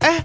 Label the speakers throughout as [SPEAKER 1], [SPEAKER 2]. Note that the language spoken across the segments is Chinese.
[SPEAKER 1] 哎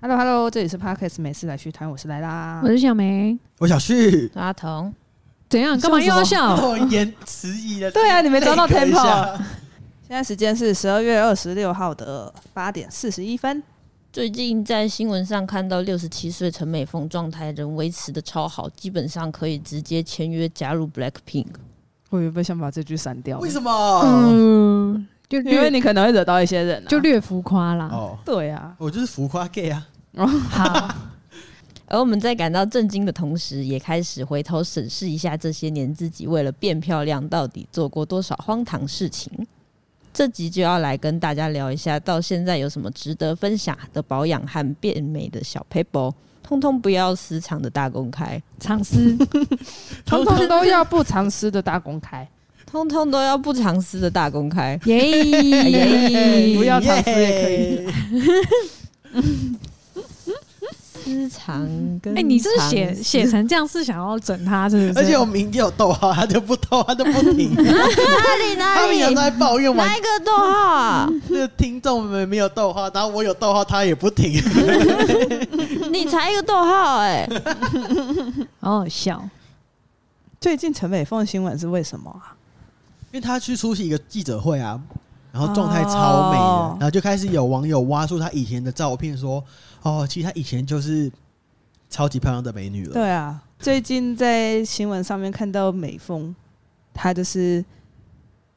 [SPEAKER 2] Hello Hello，这里是 Parkes 美事来续谈，我是莱拉
[SPEAKER 3] 我。是小梅，
[SPEAKER 4] 我想去，
[SPEAKER 5] 阿童，
[SPEAKER 3] 怎样？干嘛又要 笑？
[SPEAKER 2] 哦
[SPEAKER 4] 我言哦迟疑了。
[SPEAKER 2] 对啊你没抓到
[SPEAKER 4] 配合一
[SPEAKER 2] tempo 啊
[SPEAKER 4] 下
[SPEAKER 2] 现在时间是十二月二十六号的八点四十一分。
[SPEAKER 5] 最近在新闻上看到六十七岁陈美凤状态仍维持的超好，基本上可以直接签约加入 Blackpink。
[SPEAKER 2] 我原本想把这句删掉，
[SPEAKER 4] 为什么？
[SPEAKER 3] 嗯，就
[SPEAKER 2] 因为
[SPEAKER 3] 略
[SPEAKER 2] 你可能会惹到一些人、啊，
[SPEAKER 3] 就略浮夸啦。
[SPEAKER 4] 哦，
[SPEAKER 2] 对啊。
[SPEAKER 4] 我就是浮夸 gay 啊。
[SPEAKER 3] 好，
[SPEAKER 5] 而我们在感到震惊的同时，也开始回头审视一下这些年自己为了变漂亮到底做过多少荒唐事情。这集就要来跟大家聊一下，到现在有什么值得分享的保养和变美的小 paper，通通不要私藏的大公开，
[SPEAKER 3] 藏私
[SPEAKER 2] 通通都要不藏私的大公 开，
[SPEAKER 5] 通通都要不藏私的大公开。
[SPEAKER 3] 耶
[SPEAKER 5] 耶
[SPEAKER 2] 不要藏私也可以。
[SPEAKER 4] 以。
[SPEAKER 5] 私藏跟
[SPEAKER 3] 哎，你这
[SPEAKER 5] 藏
[SPEAKER 3] 写
[SPEAKER 5] 私
[SPEAKER 3] 写成这样是想要整他，是不
[SPEAKER 4] 而
[SPEAKER 3] 是
[SPEAKER 4] 且？我明天有逗号，他就不逗，他就不 停。
[SPEAKER 5] 哪里
[SPEAKER 4] 他
[SPEAKER 5] 哪
[SPEAKER 4] 平常
[SPEAKER 5] 里
[SPEAKER 4] 都在抱怨我，
[SPEAKER 5] 哪一个逗号 啊？
[SPEAKER 4] 那个听众们没有逗号，然后我有逗号，他也 不停。
[SPEAKER 5] 你才一个逗号哎、
[SPEAKER 3] 好好笑，
[SPEAKER 2] 最近陈美凤新闻是为什么啊？
[SPEAKER 4] 因为他去出席一个记者会啊，然后状态超美的，
[SPEAKER 2] 哦
[SPEAKER 4] 然后就开始有网友挖出他以前的照片，说：“哦，其实他以前就是超级漂亮的美女了。”
[SPEAKER 2] 对啊，最近在新闻上面看到美凤，她就是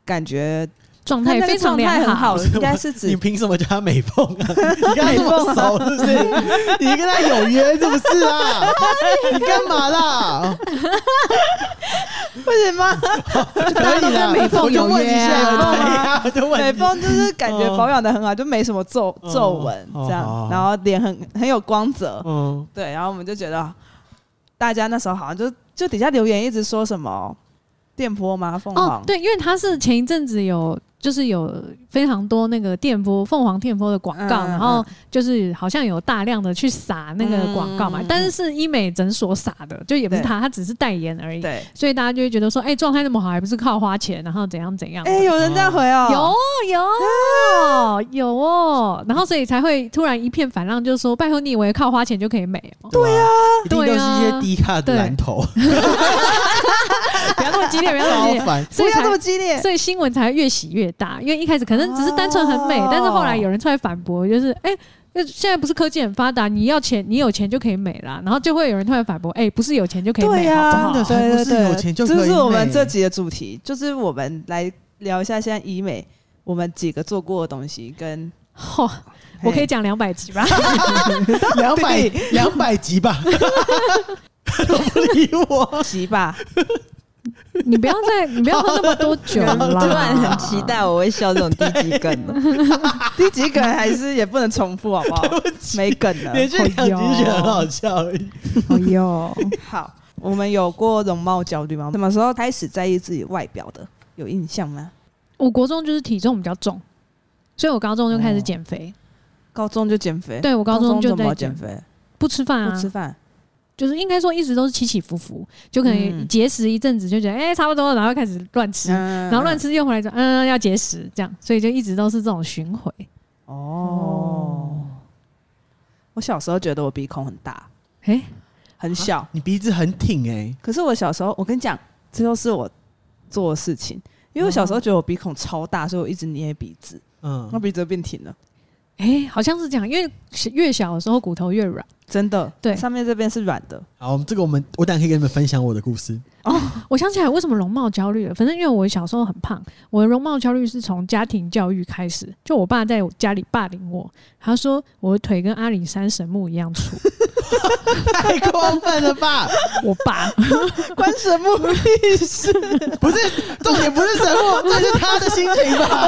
[SPEAKER 2] 感觉
[SPEAKER 3] 状
[SPEAKER 2] 她
[SPEAKER 3] 态
[SPEAKER 2] 那
[SPEAKER 3] 非
[SPEAKER 2] 个
[SPEAKER 3] 常
[SPEAKER 2] 状态很
[SPEAKER 3] 良
[SPEAKER 2] 好，
[SPEAKER 3] 好。哦
[SPEAKER 2] 应该是指
[SPEAKER 4] 你凭什么叫她美凤 啊？你跟她这么熟是不是？你跟她有约是不是啊？你干嘛啦？
[SPEAKER 2] 为什么？
[SPEAKER 4] 可以啦，
[SPEAKER 3] 美凤
[SPEAKER 4] 我就
[SPEAKER 3] 有
[SPEAKER 4] 问一
[SPEAKER 3] 约
[SPEAKER 4] 下，
[SPEAKER 3] 啊
[SPEAKER 4] 对啊，我就问
[SPEAKER 2] 美
[SPEAKER 4] 你。
[SPEAKER 2] 凤就是 感觉保养的很好，就没什么皱
[SPEAKER 4] 嗯
[SPEAKER 2] 皱纹
[SPEAKER 4] 哦
[SPEAKER 2] 这样
[SPEAKER 4] 好，
[SPEAKER 2] 然后脸很很有光泽，
[SPEAKER 4] 嗯，？
[SPEAKER 2] 对，然后我们就觉得大家那时候好像就就底下留言一直说什么电波吗？凤
[SPEAKER 3] 哦
[SPEAKER 2] 凰，
[SPEAKER 3] 对，因为他是前一阵子有，就是有非常多那个电波凤凰电波的广告，
[SPEAKER 2] 嗯嗯
[SPEAKER 3] 然后就是好像有大量的去撒那个广告嘛，
[SPEAKER 2] 嗯嗯嗯
[SPEAKER 3] 但是是医美诊所撒的，就也不是
[SPEAKER 2] 对
[SPEAKER 3] 他，他只是代言而已。
[SPEAKER 2] 对，
[SPEAKER 3] 所以大家就会觉得说，哎、状态那么好，还不是靠花钱，然后怎样怎样的。
[SPEAKER 2] 哎，有人这样回哦，
[SPEAKER 3] 嗯有有有哦，然后所以才会突然一片反浪，就说拜托你以为靠花钱就可以美哦
[SPEAKER 4] 对啊，一定都
[SPEAKER 3] 对
[SPEAKER 4] 是
[SPEAKER 3] 啊
[SPEAKER 4] 一些低卡的
[SPEAKER 3] 对
[SPEAKER 4] 蓝头，
[SPEAKER 3] 不要那么激烈，不要那么激
[SPEAKER 4] 超
[SPEAKER 3] 烈，
[SPEAKER 4] 烦。
[SPEAKER 2] 啊哦不
[SPEAKER 3] 所以
[SPEAKER 2] 要
[SPEAKER 3] 才
[SPEAKER 2] 这么激烈，
[SPEAKER 3] 所以新闻才会越洗越大，因为一开始可能只是单纯很美，
[SPEAKER 2] 哦
[SPEAKER 3] 但是后来有人出来反驳，就是哎。那现在不是科技很发达，你要钱，你有钱就可以美啦。然后就会有人突然反驳：“哎、不是有钱就可以美，
[SPEAKER 2] 对啊呀，
[SPEAKER 3] 好不好
[SPEAKER 4] 真的
[SPEAKER 2] 对对
[SPEAKER 4] 还不是
[SPEAKER 2] 对，
[SPEAKER 4] 有钱就
[SPEAKER 2] 这
[SPEAKER 4] 可以
[SPEAKER 2] 是我们
[SPEAKER 4] 美
[SPEAKER 2] 这集的主题，就是我们来聊一下现在医美我们几个做过的东西跟。？”
[SPEAKER 3] 吼 我可
[SPEAKER 2] 哎
[SPEAKER 3] 以讲两百集吧。
[SPEAKER 4] 两百两百集 吧，都不理 我。
[SPEAKER 2] 急吧，
[SPEAKER 3] 你不要再，你不要喝那么多酒 啦。
[SPEAKER 5] 突然啊很期待我会笑这种低级梗哦 了。
[SPEAKER 2] 第几梗还是也不能重复，好不 好？没梗了。哦
[SPEAKER 4] 连续两集就觉得很好笑而已。
[SPEAKER 3] 哎呦，
[SPEAKER 2] 好，我们有过容貌焦虑吗？什么时候开始在意自己外表的？有印象吗？
[SPEAKER 3] 我国中就是体重比较重，所以我高中就开始减肥，
[SPEAKER 2] 高中就减肥，
[SPEAKER 3] 对我高中
[SPEAKER 2] 中
[SPEAKER 3] 就
[SPEAKER 2] 怎么
[SPEAKER 3] 在
[SPEAKER 2] 减
[SPEAKER 3] 减
[SPEAKER 2] 肥？嗯
[SPEAKER 3] 不吃饭
[SPEAKER 2] 不
[SPEAKER 3] 啊，
[SPEAKER 2] 吃饭，
[SPEAKER 3] 就是应该说一直都是起起伏伏，就可能
[SPEAKER 2] 嗯
[SPEAKER 3] 节食一阵子就觉得哎、差不多了，然后开始乱吃，
[SPEAKER 4] 嗯
[SPEAKER 2] 然
[SPEAKER 3] 然后乱吃又回来说嗯要节食这样，所以就一直都是这种巡回。
[SPEAKER 2] 哦。我小时候觉得我鼻孔很大，
[SPEAKER 3] 哎、
[SPEAKER 2] 很小，
[SPEAKER 4] 你鼻子很挺哎、
[SPEAKER 2] 可是我小时候，我跟你讲，这就是我做的事情。因为我小时候觉得我鼻孔超大，所以我一直捏鼻子，那
[SPEAKER 4] 嗯，
[SPEAKER 2] 鼻子就变挺了。
[SPEAKER 3] 哎、好像是这样，因为越小的时候骨头越软，
[SPEAKER 2] 真的，
[SPEAKER 3] 对
[SPEAKER 2] 上面这边是软的，
[SPEAKER 4] 好，这个我们我等一下可以跟你们分享我的故事。
[SPEAKER 3] 我想起来为什么容貌焦虑了，反正因为我小时候很胖，我的容貌焦虑是从家庭教育开始，就我爸在我家里霸凌我，他说我的腿跟阿里山神木一样粗，
[SPEAKER 4] 太过分了吧？
[SPEAKER 3] 我爸
[SPEAKER 2] 关什么屁事？
[SPEAKER 4] 不是，重点不是神 木，这是他的心情吧？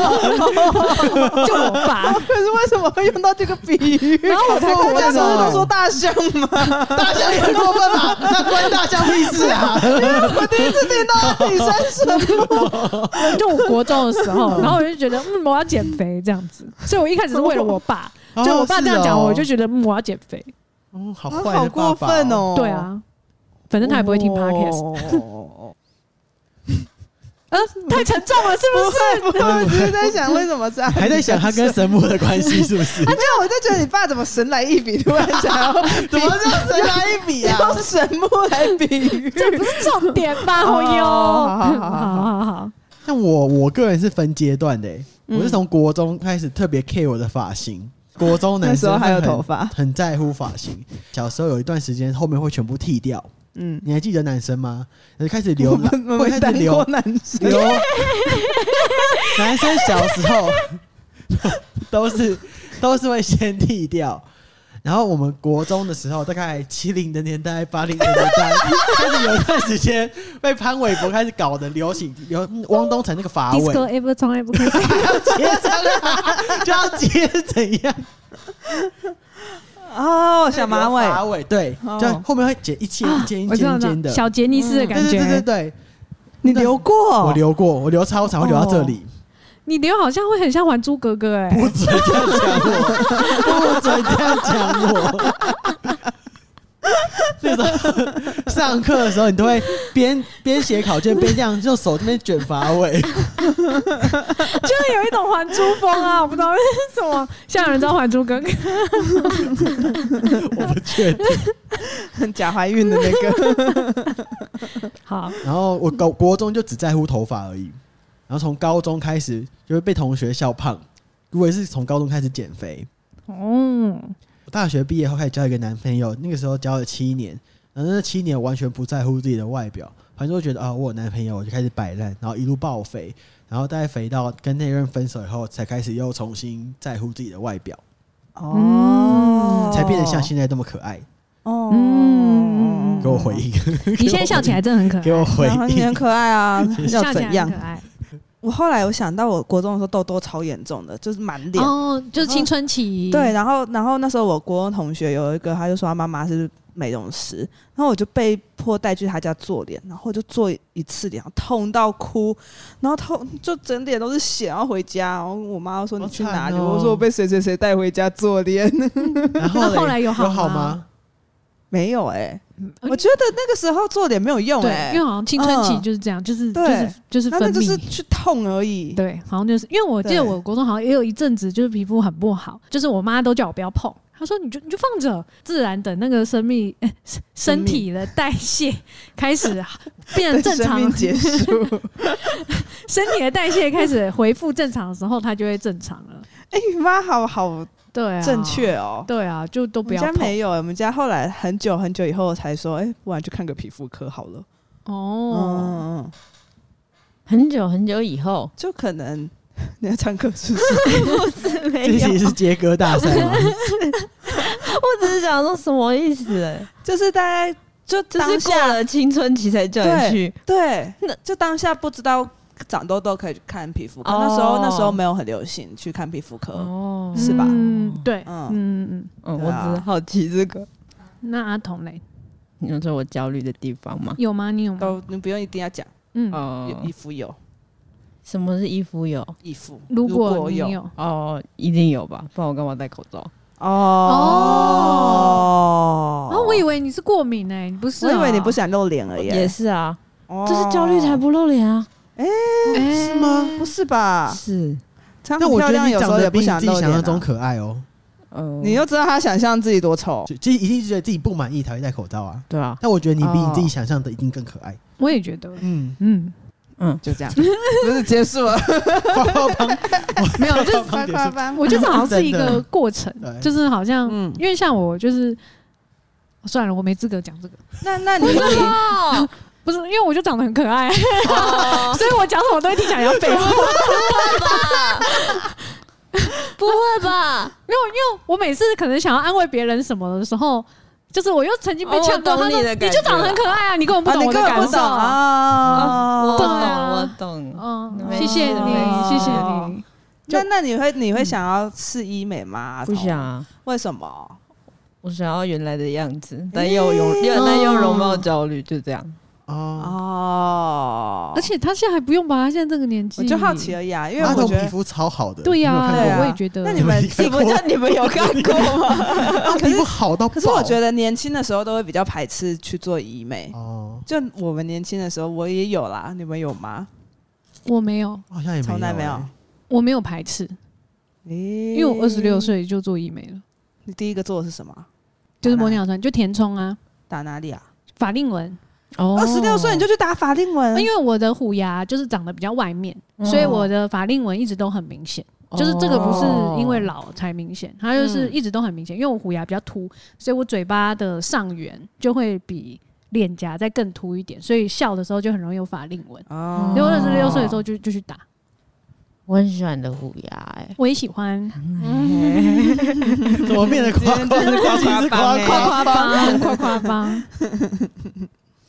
[SPEAKER 3] 就我爸，
[SPEAKER 2] 可是为什么会用到这个比喻？
[SPEAKER 3] 然后我才
[SPEAKER 4] 过
[SPEAKER 2] 大家不
[SPEAKER 4] 分
[SPEAKER 2] 是
[SPEAKER 4] 了
[SPEAKER 2] 都说大象吗？
[SPEAKER 4] 大象也很过分吧？那关大象屁事 啊！
[SPEAKER 2] 我第一次听到女生什么？
[SPEAKER 3] 就我国中的时候，然后我就觉得嗯我要减肥这样子，所以我一开始是为了我爸，就我爸这样讲，我就觉得嗯我要减肥，
[SPEAKER 4] 得，哦，好坏
[SPEAKER 2] 啊好
[SPEAKER 4] 的爸
[SPEAKER 2] 过
[SPEAKER 4] 爸
[SPEAKER 2] 分！哦！
[SPEAKER 3] 对，啊，反正他也不会听 podcast，
[SPEAKER 2] podcast。
[SPEAKER 3] 呃，太沉重了是 不是？
[SPEAKER 2] 不是，我只是在想为什么这样，
[SPEAKER 4] 还在想他 跟神木的关系是不是
[SPEAKER 2] 啊，？对，我就觉得你爸怎么神来一笔，突然想要
[SPEAKER 4] 怎么这样神来一笔啊？
[SPEAKER 2] 用神木来比喻，
[SPEAKER 3] 这不是重点吧？哦哟，
[SPEAKER 2] 好好好好
[SPEAKER 3] 好
[SPEAKER 2] 好
[SPEAKER 3] 好好，
[SPEAKER 4] 像我我个人是分阶段的、欸，
[SPEAKER 2] 嗯
[SPEAKER 4] 我是从国中开始特别 care 我的发型。国中
[SPEAKER 2] 那
[SPEAKER 4] 男
[SPEAKER 2] 时候
[SPEAKER 4] 生
[SPEAKER 2] 还有
[SPEAKER 4] 会很
[SPEAKER 2] 头发
[SPEAKER 4] 很在乎发型。小时候有一段时间，后面会全部剃掉。
[SPEAKER 2] 嗯，
[SPEAKER 4] 你还记得男生吗？开始留，
[SPEAKER 2] 我
[SPEAKER 4] 会
[SPEAKER 2] 们
[SPEAKER 4] 开始
[SPEAKER 2] 当过
[SPEAKER 4] 留
[SPEAKER 2] 男生，
[SPEAKER 4] 留。男生小时候 都是都是会先剃掉，然后我们国中的时候，大概七零的年代、八零的年代， 开始有一段时间被潘玮柏开始搞的流行，有汪东城那个发尾。
[SPEAKER 3] disco ever 从来不开始，
[SPEAKER 4] 接上 来，就要接怎样？
[SPEAKER 2] 哦，小马尾，
[SPEAKER 4] 马尾对，
[SPEAKER 2] 哦
[SPEAKER 4] 就后面会剪一圈一圈一
[SPEAKER 3] 啊我知道
[SPEAKER 4] 圈
[SPEAKER 3] 我知道
[SPEAKER 4] 一圈的，
[SPEAKER 3] 小杰尼斯的感
[SPEAKER 4] 对对对对
[SPEAKER 3] 觉。
[SPEAKER 4] 对，
[SPEAKER 2] 你留过？
[SPEAKER 4] 我留过，我留超长，我留到这里，
[SPEAKER 3] 你留好像会很像《还珠格格》哎，
[SPEAKER 4] 不准这样讲我，不准这样讲我。 那时候上课的时候，你都会边边写考卷边这样用手这边卷发尾，
[SPEAKER 3] 就是有一种《还珠风》啊，我不知道为什么。现在有人知道《还珠格格》
[SPEAKER 4] 我不确定。
[SPEAKER 2] 假怀孕的那 个，
[SPEAKER 3] 好，
[SPEAKER 4] 然后我高国中就只在乎头发而已，然后从高中开始就会被同学笑胖。如果是从高中开始减肥，
[SPEAKER 3] 哦，
[SPEAKER 4] 我大学毕业后开始交一个男朋友，那个时候交了七年，然后那七年完全不在乎自己的外表，反正就觉得啊、我有男朋友，我就开始摆烂，然后一路爆肥，然后大概肥到跟那任分手以后，才开始又重新在乎自己的外表，
[SPEAKER 2] 哦，
[SPEAKER 4] 才变得像现在这么可爱。
[SPEAKER 2] 哦，
[SPEAKER 3] 嗯
[SPEAKER 4] 给我回应，
[SPEAKER 3] 你现在笑起来真的很可爱，
[SPEAKER 4] 给我回
[SPEAKER 2] 然后你
[SPEAKER 4] 应
[SPEAKER 2] 很。可爱啊，
[SPEAKER 3] 笑
[SPEAKER 2] 要
[SPEAKER 3] 起来
[SPEAKER 2] 怎
[SPEAKER 3] 很
[SPEAKER 2] 样
[SPEAKER 3] 可？爱。
[SPEAKER 2] 我后来我想到，我国中的时候痘痘超严重的，就是满脸。
[SPEAKER 3] 哦，就是青春期，
[SPEAKER 2] 对，，然后然后那时候我国中同学有一个，他就说他妈妈是美容师，然后我就被迫带去他家做脸，然后我就做一次脸，痛到哭，然后痛就整脸都是血，然后回家，然后我妈说
[SPEAKER 4] 好
[SPEAKER 2] 你去
[SPEAKER 4] 惨
[SPEAKER 2] 哪里？
[SPEAKER 4] 哦
[SPEAKER 2] 我说我被谁谁谁带回家做脸，
[SPEAKER 4] 然后
[SPEAKER 3] 那
[SPEAKER 4] 嘞
[SPEAKER 3] 后来有好
[SPEAKER 4] 有好
[SPEAKER 3] 吗
[SPEAKER 4] 吗？
[SPEAKER 2] 没有哎、我觉得那个时候做脸没有用哎、
[SPEAKER 3] 嗯对，因为好像青春期
[SPEAKER 2] 嗯
[SPEAKER 3] 就是这样，就是就
[SPEAKER 2] 对
[SPEAKER 3] 是就是
[SPEAKER 2] 那那
[SPEAKER 3] 分
[SPEAKER 2] 就是
[SPEAKER 3] 泌，
[SPEAKER 2] 去痛而已。
[SPEAKER 3] 对，好像就是因为我记
[SPEAKER 2] 对
[SPEAKER 3] 得我国中好像也有一阵子就是皮肤很不好，就是我妈都叫我不要碰，她说你就你就放着，自然等那个生命、哎 身身体的代谢 开始变得
[SPEAKER 2] 等
[SPEAKER 3] 正
[SPEAKER 2] 生
[SPEAKER 3] 常，
[SPEAKER 2] 命结束。
[SPEAKER 3] 身体的代谢开始恢复正常的时候，它就会正常了。
[SPEAKER 2] 哎、你妈好好
[SPEAKER 3] 对、啊，
[SPEAKER 2] 正，确哦。
[SPEAKER 3] 对啊，就都
[SPEAKER 2] 我
[SPEAKER 3] 不
[SPEAKER 2] 们
[SPEAKER 3] 要
[SPEAKER 2] 家
[SPEAKER 3] 碰
[SPEAKER 2] 没有、我们家后来很久很久以后才说，哎、不然去看个皮肤科好了。
[SPEAKER 3] 哦。
[SPEAKER 2] 嗯，嗯嗯
[SPEAKER 5] 很久很久以后，
[SPEAKER 2] 就可能 你要唱歌是不是？
[SPEAKER 5] 没
[SPEAKER 4] 这
[SPEAKER 5] 有，
[SPEAKER 4] 其实是接歌大赛 吗？
[SPEAKER 5] 我只是想说什么意思、
[SPEAKER 2] 就是大概就
[SPEAKER 5] 就
[SPEAKER 2] 当
[SPEAKER 5] 是过
[SPEAKER 2] 下
[SPEAKER 5] 了青春期才叫你去，
[SPEAKER 2] 对
[SPEAKER 5] 那，
[SPEAKER 2] 就当下不知道长痘痘可以去看皮肤科，
[SPEAKER 5] 哦
[SPEAKER 2] 那时候那时候没有很流行去看皮肤科。
[SPEAKER 5] 哦
[SPEAKER 2] 是吧
[SPEAKER 3] 嗯，对，嗯
[SPEAKER 2] 嗯
[SPEAKER 3] 嗯嗯。
[SPEAKER 5] 嗯，
[SPEAKER 2] 对
[SPEAKER 5] 我
[SPEAKER 2] 啊
[SPEAKER 5] 只是好奇这个。
[SPEAKER 3] 那阿童嘞，
[SPEAKER 5] 你们说我焦虑的地方吗？
[SPEAKER 3] 有吗？你有吗？
[SPEAKER 2] 都你不用一定要讲，
[SPEAKER 3] 嗯，
[SPEAKER 5] 哦
[SPEAKER 2] 有，一夫有
[SPEAKER 5] 什么是衣服有？
[SPEAKER 2] 一夫，
[SPEAKER 3] 如果你
[SPEAKER 2] 有
[SPEAKER 3] 有，
[SPEAKER 5] 哦，一定有吧，不然我干嘛戴口罩？
[SPEAKER 2] 哦
[SPEAKER 3] 然后我以为你是过敏哎，你不是
[SPEAKER 2] 我
[SPEAKER 3] 啊？
[SPEAKER 2] 以为你不想露脸而已，
[SPEAKER 5] 也是啊，
[SPEAKER 2] 哦
[SPEAKER 5] 就是焦虑才不露脸啊。
[SPEAKER 3] 哎
[SPEAKER 4] 是吗？
[SPEAKER 2] 不是吧？
[SPEAKER 5] 是，
[SPEAKER 2] 她
[SPEAKER 4] 但
[SPEAKER 2] 很
[SPEAKER 4] 我
[SPEAKER 2] 漂
[SPEAKER 4] 觉得
[SPEAKER 2] 亮，
[SPEAKER 4] 你
[SPEAKER 2] 有时
[SPEAKER 4] 长
[SPEAKER 2] 候也
[SPEAKER 4] 得
[SPEAKER 2] 不
[SPEAKER 4] 比你
[SPEAKER 2] 想
[SPEAKER 4] 自己
[SPEAKER 2] 露
[SPEAKER 4] 想
[SPEAKER 2] 脸
[SPEAKER 4] 象中
[SPEAKER 2] 啊。
[SPEAKER 4] 可爱哦。
[SPEAKER 5] 嗯
[SPEAKER 2] 你又知道她想象自己多丑，
[SPEAKER 4] 就其实一定是觉得自己不满意才会戴口罩啊。
[SPEAKER 5] 对啊，
[SPEAKER 4] 但我觉得你比你自己想象的一定更可爱。
[SPEAKER 3] 我也觉得，
[SPEAKER 4] 嗯，
[SPEAKER 3] 嗯，
[SPEAKER 5] 嗯，
[SPEAKER 2] 就这样， 不是结束了，
[SPEAKER 4] 花花帮
[SPEAKER 3] 没 有，就是
[SPEAKER 4] 帮
[SPEAKER 2] 快
[SPEAKER 4] 点数
[SPEAKER 2] 快翻。
[SPEAKER 3] 我觉得这好像是一个过程
[SPEAKER 4] 真的，对
[SPEAKER 3] 就是好像，
[SPEAKER 2] 嗯
[SPEAKER 3] 因为像我就是算了，我没资格讲这个。
[SPEAKER 2] 那那你
[SPEAKER 5] 哦，
[SPEAKER 3] 不是，因为我就长得很可爱， 所以我讲什么都会听起来像废话。
[SPEAKER 5] 不会吧？
[SPEAKER 2] 啊
[SPEAKER 3] 没有，因为我每次可能想要安慰别人什么的时候，就是我又曾经被
[SPEAKER 5] 哦
[SPEAKER 3] 呛过，
[SPEAKER 5] 我懂
[SPEAKER 3] 他说
[SPEAKER 5] 你的感
[SPEAKER 3] 就
[SPEAKER 5] 觉
[SPEAKER 3] 长得很可爱啊，你根本不
[SPEAKER 2] 啊，
[SPEAKER 3] 懂
[SPEAKER 2] 你
[SPEAKER 3] 我的
[SPEAKER 2] 根本
[SPEAKER 3] 感
[SPEAKER 2] 不
[SPEAKER 3] 受
[SPEAKER 2] 懂。啊
[SPEAKER 5] 我
[SPEAKER 3] 对
[SPEAKER 5] 懂，
[SPEAKER 3] 啊
[SPEAKER 5] 我懂。
[SPEAKER 3] 嗯，
[SPEAKER 5] 没
[SPEAKER 3] 谢谢
[SPEAKER 5] 事
[SPEAKER 3] 你
[SPEAKER 2] 事
[SPEAKER 5] 没，
[SPEAKER 3] 谢谢
[SPEAKER 2] 哦
[SPEAKER 3] 你。就
[SPEAKER 2] 那那你会你会想要试医美吗？
[SPEAKER 5] 不想，啊，
[SPEAKER 2] 为什么？
[SPEAKER 5] 我想要原来的样子，但又容，又但又容貌焦虑，就这样。
[SPEAKER 4] 哦，
[SPEAKER 2] 哦，
[SPEAKER 3] 而且他现在还不用吧？他现在这个年纪，
[SPEAKER 2] 我就好奇而已啊，因为
[SPEAKER 4] 阿
[SPEAKER 2] 我
[SPEAKER 4] 童
[SPEAKER 2] 觉
[SPEAKER 4] 皮
[SPEAKER 2] 得。
[SPEAKER 4] 肤超好的，
[SPEAKER 3] 对呀、
[SPEAKER 4] 你有看过
[SPEAKER 2] 对啊
[SPEAKER 3] 我也觉得。
[SPEAKER 2] 那你们
[SPEAKER 4] 你
[SPEAKER 5] 你不叫你们有看过吗？
[SPEAKER 4] 阿啊童皮肤好到 爆，
[SPEAKER 2] 哎可是我觉
[SPEAKER 4] 得
[SPEAKER 2] 得年轻的时候都会比较排斥去做医美，
[SPEAKER 4] 哦，
[SPEAKER 2] 就我们年轻的时候我也有啦，你们有吗？
[SPEAKER 3] 我没有，
[SPEAKER 4] 好像也
[SPEAKER 2] 从来没有
[SPEAKER 4] 欸
[SPEAKER 3] 我没有排斥，
[SPEAKER 2] 因
[SPEAKER 3] 因为我二十六，岁就做医美了，
[SPEAKER 2] 你第一个做的是什么？
[SPEAKER 3] 就是玻尿酸，就填充啊，
[SPEAKER 2] 打哪里啊？
[SPEAKER 3] 法令纹。
[SPEAKER 5] 哦
[SPEAKER 2] 二十六岁你就去打法令纹，
[SPEAKER 3] 因为我的虎牙就是长得比较外面，
[SPEAKER 2] 嗯
[SPEAKER 3] 所以我的法令纹一直都很明显。
[SPEAKER 2] 哦
[SPEAKER 3] 就是这个不是
[SPEAKER 5] 哦
[SPEAKER 3] 因为老才明
[SPEAKER 2] 嗯
[SPEAKER 3] 显，它就是一直都很明显。因为我虎牙比较凸，所以我嘴巴的上缘就会比脸颊再更凸一点，所以笑的时候就很容易有法令纹。
[SPEAKER 2] 哦
[SPEAKER 3] 所以我二十六岁的时候就就去打，
[SPEAKER 5] 我很喜欢你的虎牙，哎，
[SPEAKER 3] 我也喜欢。
[SPEAKER 4] 怎么变得 夸夸夸夸夸夸？
[SPEAKER 3] 夸帮，夸 夸帮。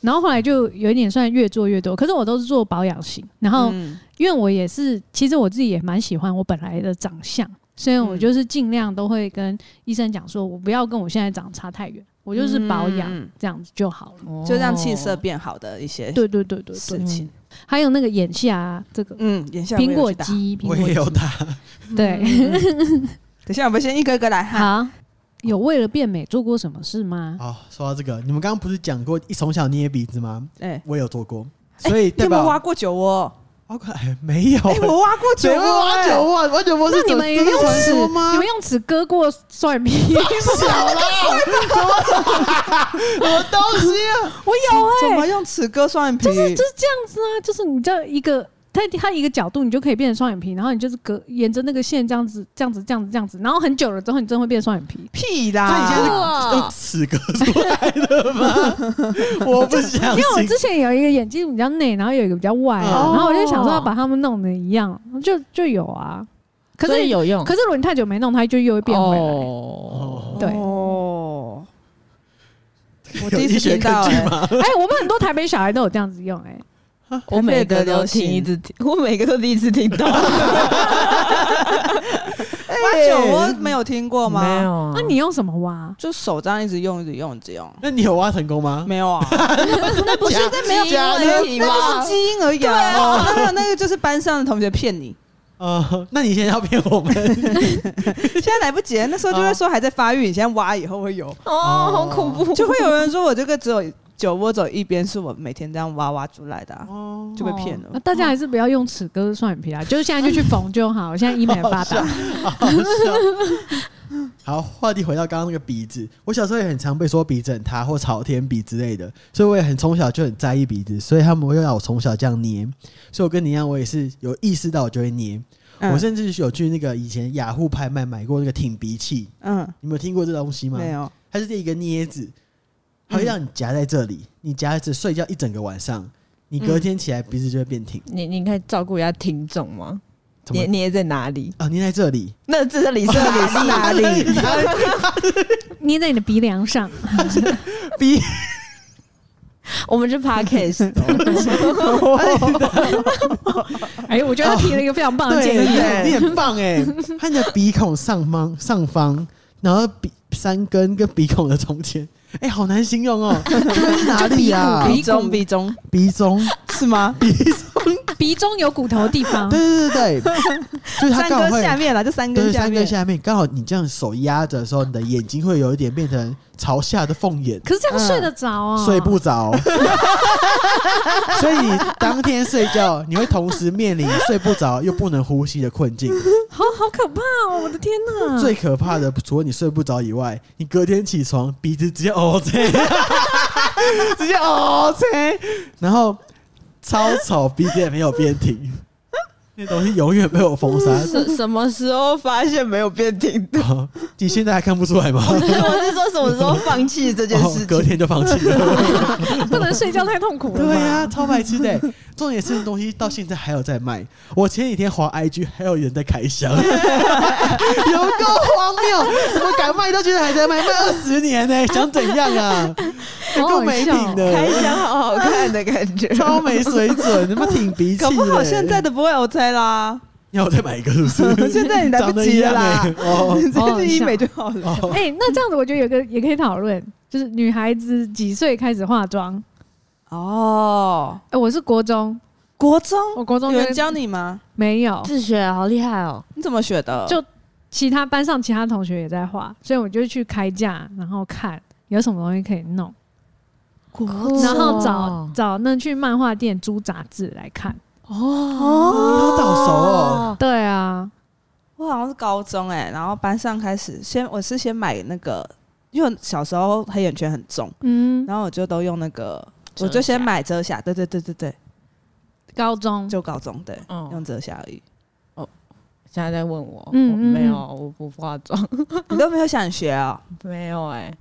[SPEAKER 3] 然后后来就有一点算越做越多，可是我都是做保养型。然后
[SPEAKER 2] 嗯
[SPEAKER 3] 因为我也是，其实我自己也蛮喜欢我本来的长相，所以
[SPEAKER 2] 嗯
[SPEAKER 3] 我就是尽量都会跟医生讲说，我不要跟我现在长差太远，我就是保养、
[SPEAKER 2] 嗯
[SPEAKER 3] 这样子就好了。
[SPEAKER 2] 就让气
[SPEAKER 5] 哦
[SPEAKER 2] 色变好的一些
[SPEAKER 3] 对对对对
[SPEAKER 2] 事
[SPEAKER 3] 对，
[SPEAKER 2] 情。
[SPEAKER 3] 还有那个眼下、啊、这个
[SPEAKER 2] 嗯，眼下我也
[SPEAKER 3] 苹
[SPEAKER 2] 有
[SPEAKER 3] 果
[SPEAKER 2] 去打，嗯
[SPEAKER 3] 肌，苹
[SPEAKER 4] 我
[SPEAKER 3] 果
[SPEAKER 4] 也有
[SPEAKER 3] 肌，
[SPEAKER 4] 打，
[SPEAKER 3] 对，
[SPEAKER 2] 等一下我们先一个一个来哈。
[SPEAKER 3] 好，有为了变美做过什么事吗？
[SPEAKER 4] 哦，说到这个，你们刚刚不是讲过一从小捏鼻子吗？
[SPEAKER 2] 哎，
[SPEAKER 4] 我也有做过，所以
[SPEAKER 2] 你
[SPEAKER 4] 对
[SPEAKER 2] 有没
[SPEAKER 4] 吧？
[SPEAKER 2] 有挖过酒窝？
[SPEAKER 4] 挖过哎没有，
[SPEAKER 2] 哎，我挖过酒
[SPEAKER 4] 谁会
[SPEAKER 2] 窝，
[SPEAKER 4] 挖酒啊
[SPEAKER 2] 哎
[SPEAKER 4] 窝？挖酒窝
[SPEAKER 3] 那
[SPEAKER 4] 是
[SPEAKER 3] 你
[SPEAKER 4] 怎
[SPEAKER 3] 们
[SPEAKER 4] 这
[SPEAKER 3] 用
[SPEAKER 4] 是传
[SPEAKER 3] 尺，
[SPEAKER 4] 说吗？
[SPEAKER 3] 你们用尺割过蒜皮？
[SPEAKER 4] 小了， 什么东西啊？
[SPEAKER 3] 我有
[SPEAKER 2] 怎
[SPEAKER 3] 哎、
[SPEAKER 2] 么用齿割双眼皮？
[SPEAKER 3] 就是就是这样子啊，就是你这样一个。它它一个角度，你就可以变成双眼皮，然后你就是隔沿着那个线这样子、这样子、这样子、这样子，然后很久了之后，你真的会变双眼皮。
[SPEAKER 2] 屁
[SPEAKER 4] 所以你现在
[SPEAKER 2] 啦！
[SPEAKER 4] 是
[SPEAKER 5] 啊嗯
[SPEAKER 4] 用尺割出来的吗？我不相
[SPEAKER 3] 因为我
[SPEAKER 4] 信
[SPEAKER 3] 之。前有一个眼睛比较内，然后有一个比较外啊、
[SPEAKER 4] 哦
[SPEAKER 3] 然后我就想说要把它们弄的一样，就就有啊。可
[SPEAKER 5] 所
[SPEAKER 3] 是
[SPEAKER 5] 以有用，
[SPEAKER 3] 可是如果你太久没弄，它就又会变回来。
[SPEAKER 5] 哦，
[SPEAKER 3] 对，哎、
[SPEAKER 2] 哦，我
[SPEAKER 4] 有
[SPEAKER 2] 第一
[SPEAKER 4] 医
[SPEAKER 2] 次
[SPEAKER 4] 学
[SPEAKER 2] 听
[SPEAKER 4] 根
[SPEAKER 2] 到
[SPEAKER 4] 据
[SPEAKER 2] 哎，
[SPEAKER 4] 吗？
[SPEAKER 3] 我们很多台北小孩都有这样子用、哎，
[SPEAKER 5] 我每个都听一直听，我每个都第一次听到，
[SPEAKER 2] 挖酒窝没有听过
[SPEAKER 5] 没
[SPEAKER 2] 吗？
[SPEAKER 5] 有？啊
[SPEAKER 3] 那、你用什么挖？
[SPEAKER 2] 就手这样一直用，一直用，一直用。
[SPEAKER 4] 那你有挖成功吗？
[SPEAKER 2] 没有 啊，
[SPEAKER 4] 那不是，那没有加
[SPEAKER 2] 那
[SPEAKER 4] 的。
[SPEAKER 2] 欸那就是基因而已啊。哦那还有那个就是班上的同学骗你，
[SPEAKER 4] 哦，那你现在要骗我们？
[SPEAKER 2] 现在来不及了。那时候就会说还在发育，你现在挖以后会有，
[SPEAKER 5] 哦，好恐怖，
[SPEAKER 2] 就会有人说我这个只有酒窝只有一边，是我每天这样挖挖出来的啊，
[SPEAKER 4] 哦，
[SPEAKER 2] 就被骗了
[SPEAKER 3] 哦那。大家还是不要用齿割双眼皮啦，就是现在就去缝就好。现在医美很发达，
[SPEAKER 4] 好笑。好，话题回到刚刚那个鼻子，我小时候也很常被说鼻子很塌或朝天鼻之类的，所以我也很从小就很在意鼻子，所以他们会让我从小这样捏，所以我跟你一样，我也是有意识到我就会捏，
[SPEAKER 2] 嗯
[SPEAKER 4] 我甚至有去那个以前雅虎拍卖买过那个挺鼻器，
[SPEAKER 2] 嗯，
[SPEAKER 4] 你们有听过这东西吗？
[SPEAKER 2] 没有，
[SPEAKER 4] 它是一个镊子，它会让你夹在这里，你夹着睡觉一整个晚上，你隔天起来鼻子就会变挺，
[SPEAKER 5] 你你可以照顾一下听众吗？
[SPEAKER 4] 怎么
[SPEAKER 5] 捏捏在哪里？
[SPEAKER 4] 啊？捏在这里，
[SPEAKER 5] 那这里是哪里？是 哪 里？
[SPEAKER 3] 捏在你的鼻梁上，
[SPEAKER 4] 鼻
[SPEAKER 5] 我们是 podcast，
[SPEAKER 3] 哎，我觉得他提了一个非常棒的建
[SPEAKER 4] 对，
[SPEAKER 3] 议。
[SPEAKER 4] 你很你很棒哎、它你的鼻孔上方上方，然后鼻三根跟鼻孔的中间， 哎、好难形容哦，这个是哪里啊？
[SPEAKER 2] 鼻中鼻中
[SPEAKER 4] 鼻中，
[SPEAKER 2] 是 吗？
[SPEAKER 3] 鼻中有骨头的地方，
[SPEAKER 4] 对对对对，就是它
[SPEAKER 2] 三
[SPEAKER 4] 刚好
[SPEAKER 2] 根
[SPEAKER 4] 会
[SPEAKER 2] 下。面啦，就三
[SPEAKER 4] 对，
[SPEAKER 2] 根
[SPEAKER 4] 三根
[SPEAKER 2] 面。
[SPEAKER 4] 下面刚好你这样手压着的时候，你的眼睛会有一点变成朝下的凤眼，
[SPEAKER 3] 可是这样睡得着
[SPEAKER 5] 哦
[SPEAKER 3] 啊？
[SPEAKER 4] 嗯睡不着， 所以你当天睡觉，你会同时面临睡不着又不能呼吸的困境。
[SPEAKER 3] 好好可怕哦！我的天
[SPEAKER 5] 嗯
[SPEAKER 3] 哪！
[SPEAKER 4] 最可怕的，除了你睡不着以外，你隔天起床鼻子直接 O J，直接哦 O J，然后超丑，鼻子也没有变挺。那东西永远被我封杀。
[SPEAKER 5] 什什么时候发现没有变挺多？
[SPEAKER 4] 好你现在还看不出来 吗？
[SPEAKER 5] 不是， 我是说什么时候放弃这件事
[SPEAKER 4] 哦，隔
[SPEAKER 5] 情？
[SPEAKER 4] 天就放弃了。
[SPEAKER 3] 不能睡觉太痛苦了。
[SPEAKER 4] 对呀、，超白痴的欸、重点是东西到现在还有在卖。我前几天滑 IG，还有人在开箱， 有够荒谬！怎么敢卖到现在还在卖？卖二十年呢、想怎样 啊？
[SPEAKER 3] 好
[SPEAKER 4] 够
[SPEAKER 3] 好
[SPEAKER 4] 没
[SPEAKER 3] 笑
[SPEAKER 4] 品
[SPEAKER 3] 哦。
[SPEAKER 5] 开
[SPEAKER 4] 的，
[SPEAKER 5] 箱好好看的 感觉，
[SPEAKER 4] 超没水准，他妈挺鼻气的
[SPEAKER 2] 搞
[SPEAKER 4] 欸。
[SPEAKER 2] 不好现在的不会 OK 啦，
[SPEAKER 4] 要我再买一个是不 是？
[SPEAKER 2] 现在你来
[SPEAKER 4] 长
[SPEAKER 2] 不
[SPEAKER 4] 得
[SPEAKER 2] 及
[SPEAKER 4] 一
[SPEAKER 2] 了
[SPEAKER 4] 样
[SPEAKER 2] 啦
[SPEAKER 4] 欸，哦
[SPEAKER 2] 你
[SPEAKER 3] 好
[SPEAKER 2] 这
[SPEAKER 3] 好
[SPEAKER 2] 是医啊
[SPEAKER 3] 笑
[SPEAKER 2] 美就好了。
[SPEAKER 4] 哦，
[SPEAKER 3] 哎、那这样子我觉得有个也可以讨论，就是女孩子几岁开始化妆？
[SPEAKER 2] 哦，
[SPEAKER 3] 哎、我是国中，
[SPEAKER 2] 国中
[SPEAKER 3] 我国中
[SPEAKER 2] 哦有
[SPEAKER 3] 就
[SPEAKER 2] 人
[SPEAKER 3] 是
[SPEAKER 2] 教你吗？
[SPEAKER 3] 没有，
[SPEAKER 5] 自学好厉害哦！
[SPEAKER 2] 你怎么学的？
[SPEAKER 3] 就其他班上其他同学也在画，所以我就去开价，然后看有什么东西可以弄，
[SPEAKER 2] 国
[SPEAKER 3] 然后找
[SPEAKER 5] 哦
[SPEAKER 3] 找那去漫画店租杂志来看。
[SPEAKER 4] 你好早熟哦。
[SPEAKER 3] 对啊，
[SPEAKER 2] 我好像是高中哎、然后班上开始先，我是先买那个，因为我小时候黑眼圈很重，
[SPEAKER 3] 嗯，
[SPEAKER 2] 然后我就都用那个，
[SPEAKER 5] 遮瑕
[SPEAKER 2] 我就先买遮瑕，对对对对对，
[SPEAKER 3] 高中
[SPEAKER 2] 就高中对，
[SPEAKER 5] 嗯
[SPEAKER 2] 用遮瑕而已。
[SPEAKER 5] 现在在问我，
[SPEAKER 3] 嗯
[SPEAKER 5] 我
[SPEAKER 3] 嗯
[SPEAKER 5] 没有，
[SPEAKER 3] 嗯
[SPEAKER 5] 我不化妆，
[SPEAKER 2] 你都没有想学啊、
[SPEAKER 5] 没有哎、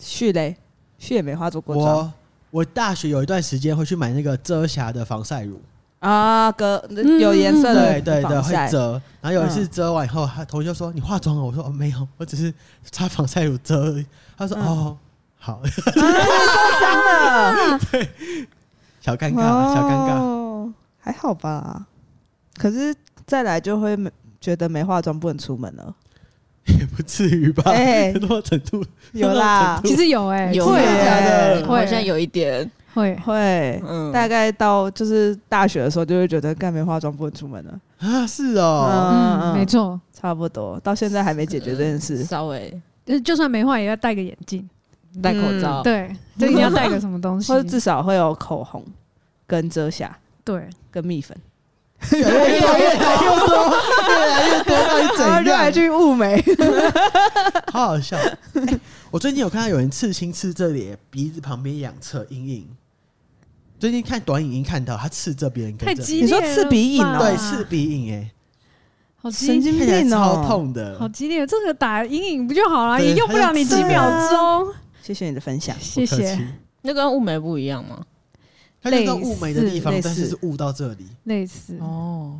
[SPEAKER 2] 旭嘞，旭也没化做过妆
[SPEAKER 4] 我我大学有一段时间会去买那个遮瑕的防晒乳，
[SPEAKER 2] 啊，隔
[SPEAKER 3] 嗯
[SPEAKER 2] 有颜色的
[SPEAKER 4] 对对对，
[SPEAKER 2] 防
[SPEAKER 4] 会
[SPEAKER 2] 晒
[SPEAKER 4] 遮。然后有一次遮完以后，他同学就说：“你化妆了？”我说：“哦，没有，我只是擦防晒乳遮。”而已。”他说：“
[SPEAKER 2] 嗯
[SPEAKER 4] 哦，好，
[SPEAKER 2] 伤了，
[SPEAKER 4] 小尴尬了，小尴尬。
[SPEAKER 2] 尬，哦还好吧？可是再来就会没觉得没化妆不能出门了，
[SPEAKER 4] 也不至于吧？
[SPEAKER 2] 哎
[SPEAKER 4] 那么程度
[SPEAKER 2] 有啦，
[SPEAKER 3] 其实有哎、
[SPEAKER 5] 有
[SPEAKER 2] 会
[SPEAKER 5] 假
[SPEAKER 2] 耶
[SPEAKER 5] 的，好像有一点，
[SPEAKER 3] 会
[SPEAKER 2] 会。
[SPEAKER 5] 嗯，
[SPEAKER 2] 大概到就是大学的时候，就会觉得干没化妆不能出门了。
[SPEAKER 4] 啊，是哦，
[SPEAKER 3] 嗯，没，错，
[SPEAKER 2] 差不多，到现在还没解决这件事。
[SPEAKER 5] 稍微
[SPEAKER 3] 就是就算没画也要戴个眼镜，
[SPEAKER 5] 戴口
[SPEAKER 3] 嗯
[SPEAKER 5] 罩，
[SPEAKER 3] 对，就一定要戴个什么东西
[SPEAKER 2] 哦或，者至少会有口红、跟遮瑕、
[SPEAKER 3] 对，
[SPEAKER 2] 跟蜜粉，嗯
[SPEAKER 4] 越来越多，越 来越多，越来越多，到底
[SPEAKER 2] 然后
[SPEAKER 4] 怎
[SPEAKER 2] 就啊来
[SPEAKER 4] 样？
[SPEAKER 2] 去雾眉。
[SPEAKER 4] 好好笑。哎我最近有看到有人刺青，刺这里鼻子旁边两侧阴影。最近看短影音看到他刺这边，
[SPEAKER 3] 太激烈
[SPEAKER 4] 激，
[SPEAKER 2] 你说
[SPEAKER 3] 了
[SPEAKER 2] 刺鼻影哦
[SPEAKER 3] 吧
[SPEAKER 4] 对，刺鼻影，哎，
[SPEAKER 3] 好激
[SPEAKER 2] 神经
[SPEAKER 4] 看起来
[SPEAKER 2] 病哦、
[SPEAKER 4] 超痛的，
[SPEAKER 3] 好激烈，这个打阴影不就好了？
[SPEAKER 4] 对
[SPEAKER 3] 也用不了你几
[SPEAKER 2] 啊
[SPEAKER 3] 秒钟。
[SPEAKER 2] 谢谢你的分享。
[SPEAKER 3] 谢
[SPEAKER 4] 不客
[SPEAKER 3] 谢
[SPEAKER 4] 气，。
[SPEAKER 5] 那跟雾眉不一样吗？
[SPEAKER 4] 它就到雾眉的地方
[SPEAKER 2] 类，似
[SPEAKER 4] 但是是雾到这里。
[SPEAKER 3] 类似
[SPEAKER 5] 哦，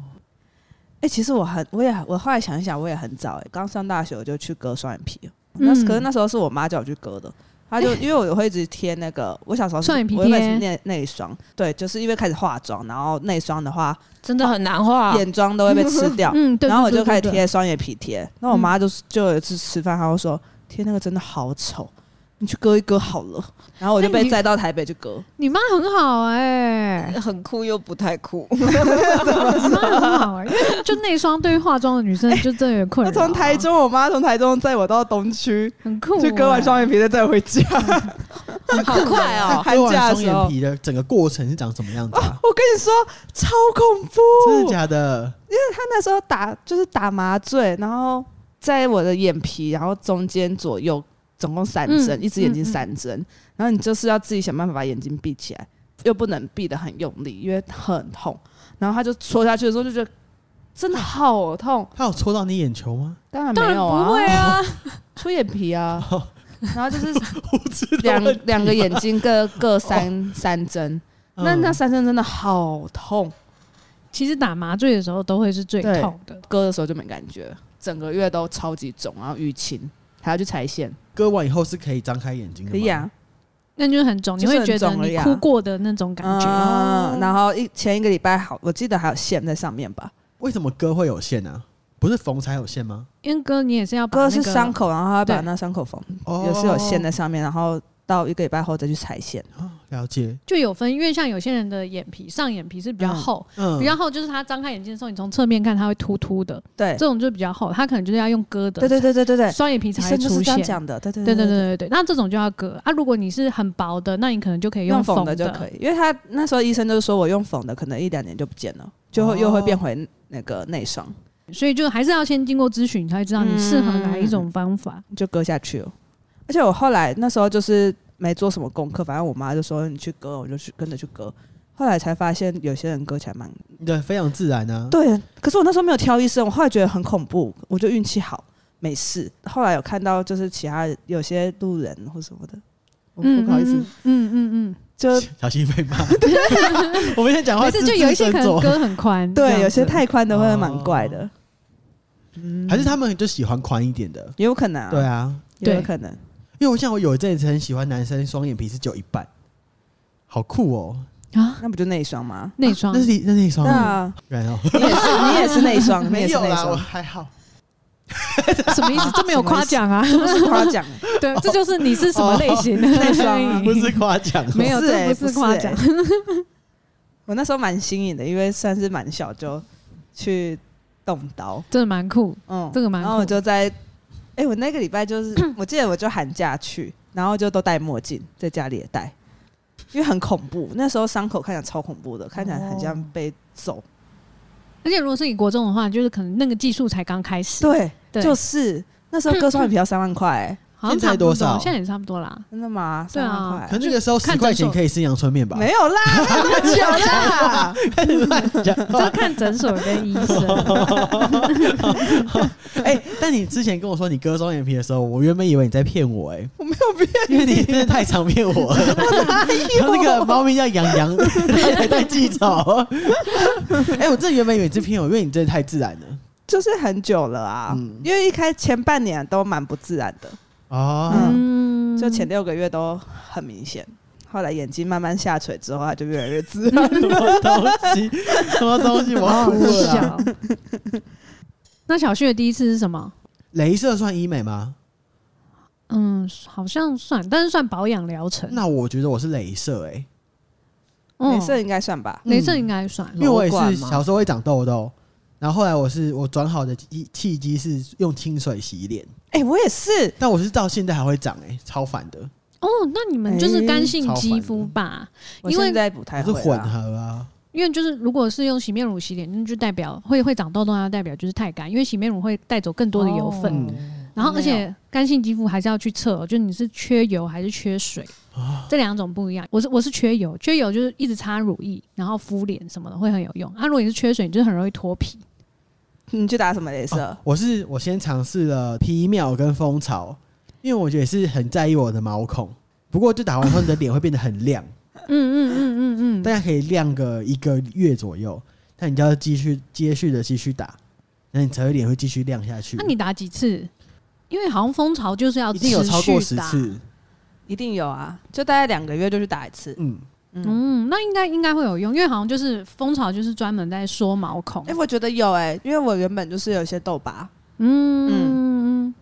[SPEAKER 2] 哎、其实我很，我也我后来想一想，我也很早、欸，刚上大学我就去割双眼皮了。那、
[SPEAKER 3] 嗯
[SPEAKER 2] 可是那时候是我妈叫我去割的，她就因为我会一直贴那个，我小时候是
[SPEAKER 3] 双眼皮
[SPEAKER 2] 我会
[SPEAKER 3] 贴
[SPEAKER 2] 内内双，对，就是因为开始化妆，然后内双的话，
[SPEAKER 5] 真的很难画，
[SPEAKER 2] 眼妆都会被吃 掉，
[SPEAKER 3] 嗯，对。
[SPEAKER 2] 然后我就
[SPEAKER 3] 对
[SPEAKER 2] 开始，
[SPEAKER 3] 对对
[SPEAKER 2] 贴双眼皮贴。那我妈就是就有一次吃饭，她就说：“贴那个真的好丑，你去割一割好了。”然后我就
[SPEAKER 3] 那
[SPEAKER 2] 被
[SPEAKER 3] 你
[SPEAKER 2] 载到台北去割。
[SPEAKER 3] 你妈很好 哎，
[SPEAKER 5] 很酷又不太酷，
[SPEAKER 3] 你妈很好哎，因为就那双对于化妆的女生就真的有困
[SPEAKER 2] 她
[SPEAKER 3] 扰。啊
[SPEAKER 2] 从台中，我妈从台中载我到东区
[SPEAKER 3] 很酷，啊
[SPEAKER 2] 去割完双，眼皮，再再回家。
[SPEAKER 5] 好快哦！
[SPEAKER 2] 寒
[SPEAKER 4] 割
[SPEAKER 2] 假
[SPEAKER 4] 完
[SPEAKER 2] 的
[SPEAKER 4] 双
[SPEAKER 2] 时候
[SPEAKER 4] 眼，皮的整个过程是长什么样子啊？
[SPEAKER 2] 哦我跟你说超恐怖，
[SPEAKER 4] 真的假的？
[SPEAKER 2] 她那时候打就是打麻醉，然后在我的眼皮，然后中间左右总共三针，
[SPEAKER 3] 嗯
[SPEAKER 2] 一只眼睛
[SPEAKER 3] 嗯嗯
[SPEAKER 2] 三针，然后你就是要自己想办法把眼睛闭起来，又不能闭得很用力，因为很痛。然后他就戳下去的时候就觉得真的好痛，
[SPEAKER 4] 它有戳到你眼球吗？
[SPEAKER 2] 当然
[SPEAKER 3] 当
[SPEAKER 2] 没
[SPEAKER 3] 然
[SPEAKER 2] 有
[SPEAKER 3] 不
[SPEAKER 2] 啊
[SPEAKER 3] 会，啊，
[SPEAKER 2] 戳眼皮啊，然后就是
[SPEAKER 4] 我知道
[SPEAKER 2] 两
[SPEAKER 4] 问题
[SPEAKER 2] 两个眼睛各各三三针，那
[SPEAKER 4] 嗯
[SPEAKER 2] 那三针真的好痛，
[SPEAKER 3] 其实打麻醉的时候都会是最痛的，
[SPEAKER 2] 割的时候就没感觉，整个月都超级肿，然后淤青，还要去拆线，
[SPEAKER 4] 割完以后是可以张开眼睛的吗？
[SPEAKER 2] 可以啊，
[SPEAKER 3] 那就是很肿，你会觉
[SPEAKER 2] 就是
[SPEAKER 3] 得
[SPEAKER 2] 很肿而
[SPEAKER 3] 你
[SPEAKER 2] 已啊
[SPEAKER 3] 哭过的那种感觉。
[SPEAKER 2] 嗯，然后一前一个礼拜好，我记得还有线在上面吧。
[SPEAKER 4] 为什么割会有线啊？不是缝才有线吗？
[SPEAKER 3] 因为哥，你也是要把
[SPEAKER 2] 割
[SPEAKER 3] 那
[SPEAKER 2] 是
[SPEAKER 3] 个
[SPEAKER 2] 伤，口，然后他把
[SPEAKER 3] 对
[SPEAKER 2] 那伤口缝，
[SPEAKER 4] 哦
[SPEAKER 2] 也是有线在上面，然后到一个礼拜后再去拆线。
[SPEAKER 4] 哦了解。
[SPEAKER 3] 就有分，因为像有些人的眼皮上眼皮是比较
[SPEAKER 2] 嗯
[SPEAKER 3] 厚，
[SPEAKER 4] 嗯
[SPEAKER 3] 比较厚就是他张开眼睛的时候，你从侧面看它会凸凸的，
[SPEAKER 2] 对，
[SPEAKER 3] 这种就比较厚，它可能就是要用割的，
[SPEAKER 2] 对对对对对对，
[SPEAKER 3] 双眼皮
[SPEAKER 2] 医
[SPEAKER 3] 才会
[SPEAKER 2] 生就是
[SPEAKER 3] 出
[SPEAKER 2] 这样
[SPEAKER 3] 现。
[SPEAKER 2] 讲的，对对
[SPEAKER 3] 对
[SPEAKER 2] 对
[SPEAKER 3] 对对对对，那这种就要割啊。如果你是很薄的，那你可能就可以
[SPEAKER 2] 用
[SPEAKER 3] 缝
[SPEAKER 2] 缝的就可
[SPEAKER 3] 以。
[SPEAKER 2] 以，因为他那时候医生就是说我用缝的，可能一两年就不见了，就会又会
[SPEAKER 4] 哦
[SPEAKER 2] 变回那个内双，
[SPEAKER 3] 所以就还是要先经过咨询，你才会知道你适合哪一种方法。
[SPEAKER 2] 就割下去了。而且我后来那时候就是没做什么功课，反正我妈就说你去割，我就去跟着去割。后来才发现有些人割起来蛮
[SPEAKER 4] 对，非常自然啊。
[SPEAKER 2] 对，可是我那时候没有挑医生，我后来觉得很恐怖，我就运气好，没事。后来有看到就是其他有些路人或什么的，我哦
[SPEAKER 4] 哦
[SPEAKER 2] 不好意思，，
[SPEAKER 3] 嗯嗯
[SPEAKER 2] 就
[SPEAKER 4] 小心被 骂。我们现在讲
[SPEAKER 3] 嗯，
[SPEAKER 4] 话
[SPEAKER 3] 还
[SPEAKER 4] 字
[SPEAKER 3] 是
[SPEAKER 4] 字斟酌，
[SPEAKER 3] 就有一些可能割很宽，这样
[SPEAKER 2] 对
[SPEAKER 3] 子
[SPEAKER 2] 有些太宽的会蛮怪的，嗯
[SPEAKER 4] 还是他们就喜欢宽一点的。
[SPEAKER 2] 也有可能啊，
[SPEAKER 4] 对啊，
[SPEAKER 2] 也有
[SPEAKER 3] 对
[SPEAKER 2] 可能。
[SPEAKER 4] 因为我像我有一阵子很喜欢男生双眼皮是只有一半，好酷哦！
[SPEAKER 3] 啊，
[SPEAKER 2] 那不就那一双吗？
[SPEAKER 3] 内双
[SPEAKER 4] 那是那是一双
[SPEAKER 2] 对
[SPEAKER 4] 吗， 哦
[SPEAKER 2] 啊，
[SPEAKER 4] 然后
[SPEAKER 2] 你也是，你也是那一双，你也
[SPEAKER 4] 嗯 没
[SPEAKER 2] 是
[SPEAKER 4] 有
[SPEAKER 2] 那一
[SPEAKER 4] 啦，我
[SPEAKER 2] 双，
[SPEAKER 4] 还好。
[SPEAKER 3] 什么意思？这没有夸奖啊，
[SPEAKER 2] 这不是夸奖，
[SPEAKER 3] 对，这就是你是什么类型的
[SPEAKER 2] 内双啊
[SPEAKER 4] 不是夸 奖，哦
[SPEAKER 3] 没有，
[SPEAKER 2] 不是欸
[SPEAKER 3] 这
[SPEAKER 2] 不
[SPEAKER 3] 不
[SPEAKER 2] 是
[SPEAKER 3] 是夸奖，
[SPEAKER 2] 我那时候蛮新颖的，因为算是蛮小就去动刀，
[SPEAKER 3] 真的蛮酷，
[SPEAKER 2] 嗯，
[SPEAKER 3] 这个蛮酷
[SPEAKER 2] 然后我就在，哎、我那个礼拜 就是，我记得我就寒假去，然后就都戴墨镜，在家里也戴，因为很恐怖。那时候伤口看起来超恐怖的，看起来很像被揍。
[SPEAKER 3] 哦而且如果是你国中的话，就是可能那个技术才刚开始，
[SPEAKER 2] 对，
[SPEAKER 3] 对
[SPEAKER 2] 就是那时候割双眼皮要三万块、欸，
[SPEAKER 3] 好像
[SPEAKER 4] 现在
[SPEAKER 3] 差不多
[SPEAKER 4] 多少
[SPEAKER 3] 现在也差不 多啦。
[SPEAKER 2] 真的吗？
[SPEAKER 3] 对
[SPEAKER 2] 三
[SPEAKER 3] 啊
[SPEAKER 2] 万块、
[SPEAKER 4] 可那个时候十
[SPEAKER 3] 看
[SPEAKER 4] 块
[SPEAKER 3] 诊所
[SPEAKER 4] 钱可以吃阳春面吧？
[SPEAKER 2] 没有 啦，那么久啦，
[SPEAKER 3] 这看诊所跟医生，
[SPEAKER 4] 哎、但你之前跟我说你割双眼皮的时候，我原本以为你在骗我、哎，
[SPEAKER 2] 我没有骗
[SPEAKER 4] 因为你真的太常骗我啊了。然后那个猫咪叫杨洋，还在记仇。 哎、我真的原本以为你是骗我，因为你真的太自然了。
[SPEAKER 2] 就是很久了啊，
[SPEAKER 4] 嗯
[SPEAKER 2] 因为一开前半年都蛮不自然的，
[SPEAKER 4] 哦，
[SPEAKER 3] 嗯，
[SPEAKER 2] 就前六个月都很明显。后来眼睛慢慢下垂之后，它就越来越自然。
[SPEAKER 4] 什么东西？ 什么东西？我要
[SPEAKER 3] 好
[SPEAKER 4] 哭了啊。
[SPEAKER 3] 笑。 那小旭的第一次是什么？
[SPEAKER 4] 镭射算医美吗？
[SPEAKER 3] 嗯，好像算，但是算保养疗程。
[SPEAKER 4] 那我觉得我是镭射、哎，
[SPEAKER 3] 嗯
[SPEAKER 2] 镭射应该算吧，
[SPEAKER 3] 镭射应该算
[SPEAKER 4] 嗯因为我也
[SPEAKER 5] 裸管
[SPEAKER 4] 是
[SPEAKER 5] 吗
[SPEAKER 4] 小时候会长痘痘，然后后来我是我转好的机契机是用清水洗脸，
[SPEAKER 2] 哎、我也是，
[SPEAKER 4] 但我是到现在还会长、哎，超烦的，
[SPEAKER 3] 哦。那你们就是干性
[SPEAKER 4] 哎
[SPEAKER 3] 肌肤吧？
[SPEAKER 2] 我
[SPEAKER 3] 因为
[SPEAKER 2] 现在不太
[SPEAKER 4] 我是
[SPEAKER 2] 会啦
[SPEAKER 4] 混合啊。
[SPEAKER 3] 因为就是如果是用洗面乳洗脸，那就代表会会长痘痘，啊那代表就是太干，因为洗面乳会带走更多的油分。
[SPEAKER 4] 嗯
[SPEAKER 3] 然后而且干性肌肤还是要去测哦，就你是缺油还是缺水，
[SPEAKER 4] 啊
[SPEAKER 3] 这两种不一样。我是我是缺油，缺油就是一直擦乳液，然后敷脸什么的会很有用。啊，如果你是缺水，你就很容易脱皮。
[SPEAKER 2] 你去打什么镭
[SPEAKER 3] 啊
[SPEAKER 2] 射？
[SPEAKER 4] 哦我是我先尝试了皮秒跟蜂巢，因为我觉得也是很在意我的毛孔。不过就打完后，你的脸会变得很亮，
[SPEAKER 3] 嗯嗯嗯嗯
[SPEAKER 4] 大概可以亮个一个月左右。但你就要继续接续的继续打，那你才会脸会继续亮下去。
[SPEAKER 3] 那你打几次？因为好像蜂巢就是要
[SPEAKER 4] 嗯一
[SPEAKER 3] 哦持
[SPEAKER 4] 定有超过
[SPEAKER 3] 续
[SPEAKER 4] 十
[SPEAKER 3] 打。
[SPEAKER 4] 次，
[SPEAKER 2] 一定有啊，就大概两个月就去打一次。
[SPEAKER 4] 嗯，
[SPEAKER 3] 嗯，那应该应该会有用，因为好像就是蜂巢就是专门在缩毛孔。
[SPEAKER 4] 嗯
[SPEAKER 2] 哎、我觉得有哎、因为我原本就是有一些痘疤，
[SPEAKER 3] 嗯嗯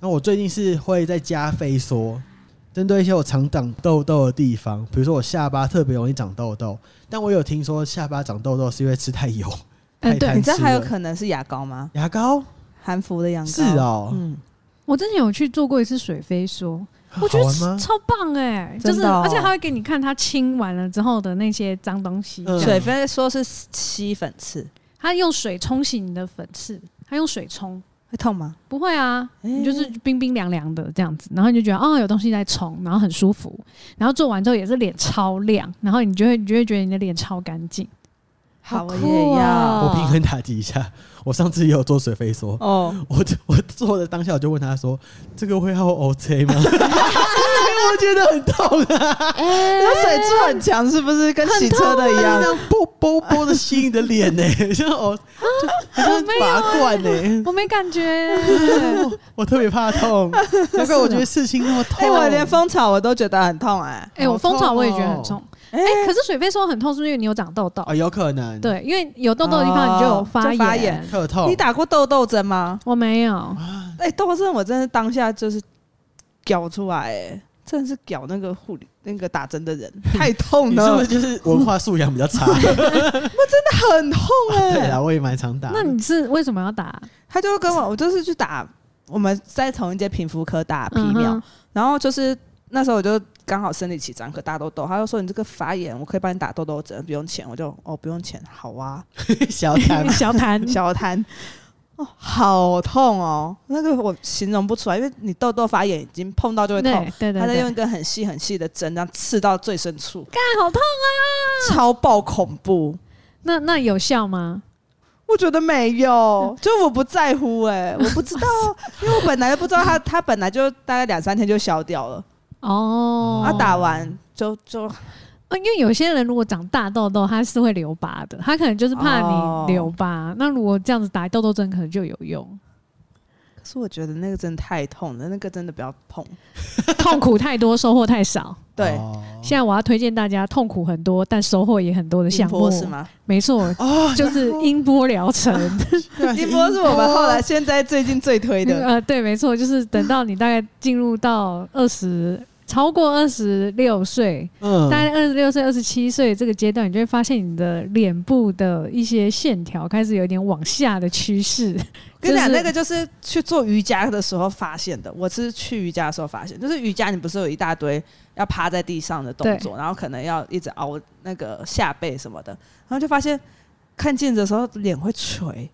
[SPEAKER 4] 那我最近是会在家飞梭，针对一些我常长痘痘的地方，比如说我下巴特别容易长痘痘，但我有听说下巴长痘痘是因为吃太油、
[SPEAKER 3] 嗯
[SPEAKER 4] 太
[SPEAKER 3] 对
[SPEAKER 4] 贪
[SPEAKER 2] 你知道
[SPEAKER 4] 吃
[SPEAKER 2] 还有
[SPEAKER 4] 了
[SPEAKER 2] 可能是牙膏吗？
[SPEAKER 4] 牙膏
[SPEAKER 2] 含氟的牙膏
[SPEAKER 4] 是，哦，
[SPEAKER 2] 嗯，
[SPEAKER 3] 我之前有去做过一次水飞梭，我觉
[SPEAKER 4] 好
[SPEAKER 3] 得
[SPEAKER 4] 玩吗？
[SPEAKER 3] 超棒哎、
[SPEAKER 2] 真
[SPEAKER 3] 就
[SPEAKER 2] 的
[SPEAKER 3] 是
[SPEAKER 2] 哦
[SPEAKER 3] 而且他会给你看他清完了之后的那些脏东西，
[SPEAKER 4] 嗯
[SPEAKER 2] 水飞说是吸粉刺，
[SPEAKER 3] 他用水冲洗你的粉刺，他用水冲。
[SPEAKER 2] 会痛吗？
[SPEAKER 3] 不会啊，
[SPEAKER 2] 哎
[SPEAKER 3] 你就是冰冰凉凉的这样子，然后你就觉得哦有东西在冲，然后很舒服，然后做完之后也是脸超亮，然后你就会你就会觉得你的脸超干 净，
[SPEAKER 2] 好，
[SPEAKER 5] 好
[SPEAKER 2] 我
[SPEAKER 5] 酷
[SPEAKER 2] 也要
[SPEAKER 4] 我
[SPEAKER 5] 哦
[SPEAKER 3] 啊
[SPEAKER 4] 平衡打击一下，我上次也有做水飞梭，
[SPEAKER 2] 哦，
[SPEAKER 4] 我我做的当下我就问他说：“这个会要 OK 吗？” 我觉得很痛啊，
[SPEAKER 2] 哎那水柱很强是不是？跟
[SPEAKER 3] 啊
[SPEAKER 2] 洗车的一
[SPEAKER 4] 这
[SPEAKER 2] 样，
[SPEAKER 4] 样啵啵啵的吸你的脸呢、 像哦，
[SPEAKER 3] 啊
[SPEAKER 4] 就好像拔罐呢、
[SPEAKER 3] 我没感 觉，
[SPEAKER 4] 我 我特别怕痛，难怪我觉得刺青那么痛。
[SPEAKER 2] 哎、我连蜂巢我都觉得很痛哎、
[SPEAKER 3] 哎、
[SPEAKER 4] 哦
[SPEAKER 3] 我蜂巢我也觉得很痛，
[SPEAKER 2] 哎、
[SPEAKER 3] 哎、可是水飞梭很痛，是不是因为你有长痘痘？
[SPEAKER 4] 啊，有可能
[SPEAKER 3] 对，因为有痘痘的地方你就有
[SPEAKER 2] 哦
[SPEAKER 3] 发
[SPEAKER 2] 就
[SPEAKER 3] 炎。
[SPEAKER 2] 发炎
[SPEAKER 4] 特痛。
[SPEAKER 2] 你打过痘痘针吗？
[SPEAKER 3] 我没有，
[SPEAKER 2] 哎、豆真的我真的当下就是屌出来、哎，真的是屌那个护理那个打针的 人，太痛
[SPEAKER 4] 你是不
[SPEAKER 2] 了
[SPEAKER 4] 是，就是文化素养比 较差？
[SPEAKER 2] 很痛 哎、
[SPEAKER 4] 对啦，啊我也蛮常打的。
[SPEAKER 3] 那你是为什么要打
[SPEAKER 2] 他就跟我，我就是去打，我们在同一间皮肤科打皮秒，
[SPEAKER 3] 嗯哼
[SPEAKER 2] 然后就是那时候我就刚好生理期长颗大痘痘，他就说你这个发炎，我可以帮你打痘痘针，不用钱，我就哦不用钱，好啊，
[SPEAKER 4] 小谈
[SPEAKER 3] 小谈？
[SPEAKER 2] 小摊。哦，好痛哦，那个我形容不出来，因为你痘痘发炎已经碰到就会
[SPEAKER 3] 对
[SPEAKER 2] 痛，
[SPEAKER 3] 对对，
[SPEAKER 2] 他在
[SPEAKER 3] 对
[SPEAKER 2] 用一根很细很细的针，这样刺到最深处，
[SPEAKER 3] 干好痛啊！
[SPEAKER 2] 超爆恐怖。
[SPEAKER 3] 那那有效吗？
[SPEAKER 2] 我觉得没
[SPEAKER 3] 嗯
[SPEAKER 2] 有，就我不在乎哎、我不知道，因为我本来就不知道 他，他本来就大概两三天就消掉了，
[SPEAKER 3] 哦，
[SPEAKER 2] 他、打完就就
[SPEAKER 3] 呃，因为有些人如果长大痘痘，他是会留疤的，他可能就是怕
[SPEAKER 2] 哦
[SPEAKER 3] 你留疤。那如果这样子打痘痘针，可能就有 用，
[SPEAKER 2] 可是我觉得那个真的太痛了，那个真的不要碰。
[SPEAKER 3] 痛苦太多，收获太少。
[SPEAKER 2] 对，
[SPEAKER 4] 哦
[SPEAKER 3] 现在我要推荐大家，痛苦很多，但收获也很多的项
[SPEAKER 2] 音波
[SPEAKER 3] 目，
[SPEAKER 2] 是？ 吗？
[SPEAKER 3] 没错，
[SPEAKER 4] 哦，
[SPEAKER 3] 就是音波疗程。
[SPEAKER 2] 音波是我们后来现在最近最推的，
[SPEAKER 3] 呃，对，没错，就是等到你大概进入到二十。超过二十六岁，
[SPEAKER 4] 嗯。
[SPEAKER 3] 大概二十六岁、二十七岁这个阶段，你就会发现你的脸部的一些线条开始有点往下的趋势。
[SPEAKER 2] 跟你讲，
[SPEAKER 3] 就
[SPEAKER 2] 那
[SPEAKER 3] 是
[SPEAKER 2] 个就是去做瑜伽的时候发现的。我是去瑜伽的时候发现，就是瑜伽你不是有一大堆要趴在地上的动作，然后可能要一直凹那个下背什么的，然后就发现看镜子的时候脸会垂，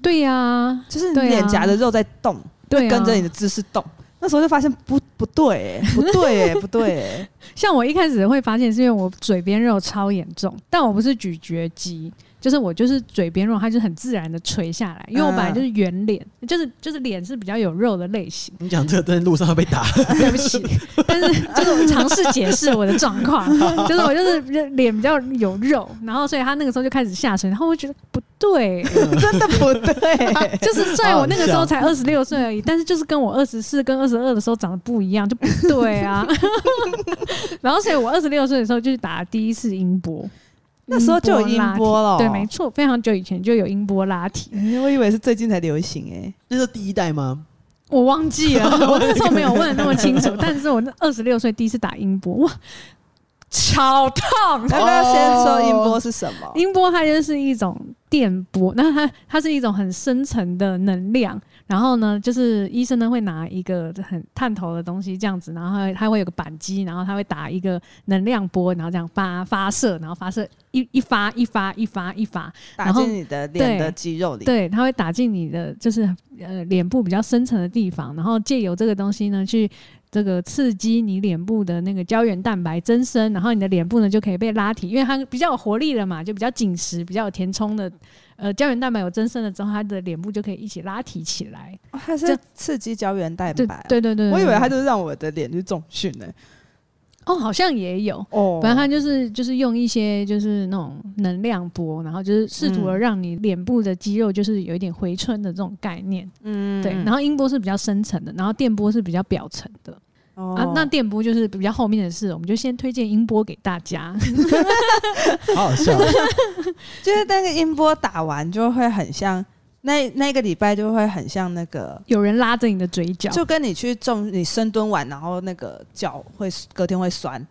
[SPEAKER 3] 对呀、
[SPEAKER 2] 就是你
[SPEAKER 3] 对啊
[SPEAKER 2] 脸颊的肉在动，
[SPEAKER 3] 对、啊，
[SPEAKER 2] 跟着你的姿势动。那时候就发现不不对、欸，不对、 欸，不对、欸，
[SPEAKER 3] 像我一开始会发现，是因为我嘴边肉超严重，但我不是咀嚼肌，就是我就是嘴边肉，它就很自然的垂下来，因为我本
[SPEAKER 2] 嗯
[SPEAKER 3] 来就是圆脸，就是就是脸是比较有肉的类型
[SPEAKER 4] 你讲这个真的路上要被打，
[SPEAKER 3] 对不 起，但是就是我尝试解释我的状况，就是我就是脸比较有肉，然后所以他那个时候就开始下垂，然后我觉得不对。。
[SPEAKER 2] 真的不对、欸
[SPEAKER 3] 就是虽然我那个时候才二十六岁而已，但是就是跟我二十四跟二十二的时候长得不一样，就不对 啊。然后所以我二十六岁的时候就是打第一次音波，
[SPEAKER 2] 那时候就有音波了哦
[SPEAKER 3] 拉提对，没错，非常久以前就有音波拉提，
[SPEAKER 2] 欸我以为是最近才流行哎、
[SPEAKER 3] 哦
[SPEAKER 4] 那是第一 代吗？
[SPEAKER 3] 我忘记 了，我那时候没有问得那么清 楚，但是我那二十六岁第一次打音波，哇，超痛！
[SPEAKER 2] 要不要先说音波是什么？
[SPEAKER 3] 音波它就是一种电波，那它它是一种很深层的能量。然后呢，就是医生呢会拿一个很探头的东西这样子，然后它它会有个扳机，然后它会打一个能量波，然后这样发发射，然后发射一一发一发一发一发，
[SPEAKER 2] 打
[SPEAKER 3] 然后
[SPEAKER 2] 进你的脸
[SPEAKER 3] 对
[SPEAKER 2] 的肌肉里。
[SPEAKER 3] 对，它会打进你的就是呃脸部比较深层的地方，然后借由这个东西呢去。这个刺激你脸部的那个胶原蛋白增生，然后你的脸部呢就可以被拉提，因为它比较有活力了嘛，就比较紧实、比较有填充的，呃，胶原蛋白有增生了之后，它的脸部就可以一起拉提起来。
[SPEAKER 2] 哦它是
[SPEAKER 3] 这
[SPEAKER 2] 刺激胶原蛋
[SPEAKER 3] 对
[SPEAKER 2] 白、啊。
[SPEAKER 3] 对对对，
[SPEAKER 2] 我以为它
[SPEAKER 3] 对
[SPEAKER 2] 就是让我的脸去重训呢、
[SPEAKER 3] 哦，好像也有，
[SPEAKER 2] 哦
[SPEAKER 3] 反正它就是就是用一些就是那种能量波，然后就是试图地
[SPEAKER 2] 嗯
[SPEAKER 3] 让你脸部的肌肉就是有一点回春的这种概念。
[SPEAKER 2] 嗯
[SPEAKER 3] 对，然后音波是比较深层的，然后电波是比较表层的、
[SPEAKER 2] 后
[SPEAKER 3] 啊。那电波就是比较后面的事，我们就先推荐音波给大 家。
[SPEAKER 4] 好好笑，
[SPEAKER 2] 就是那个音波打完就会很像那那个礼拜就会很像那个，
[SPEAKER 3] 有人拉着你的嘴角，
[SPEAKER 2] 就跟你去重你深蹲完，然后那个脚会隔天会酸，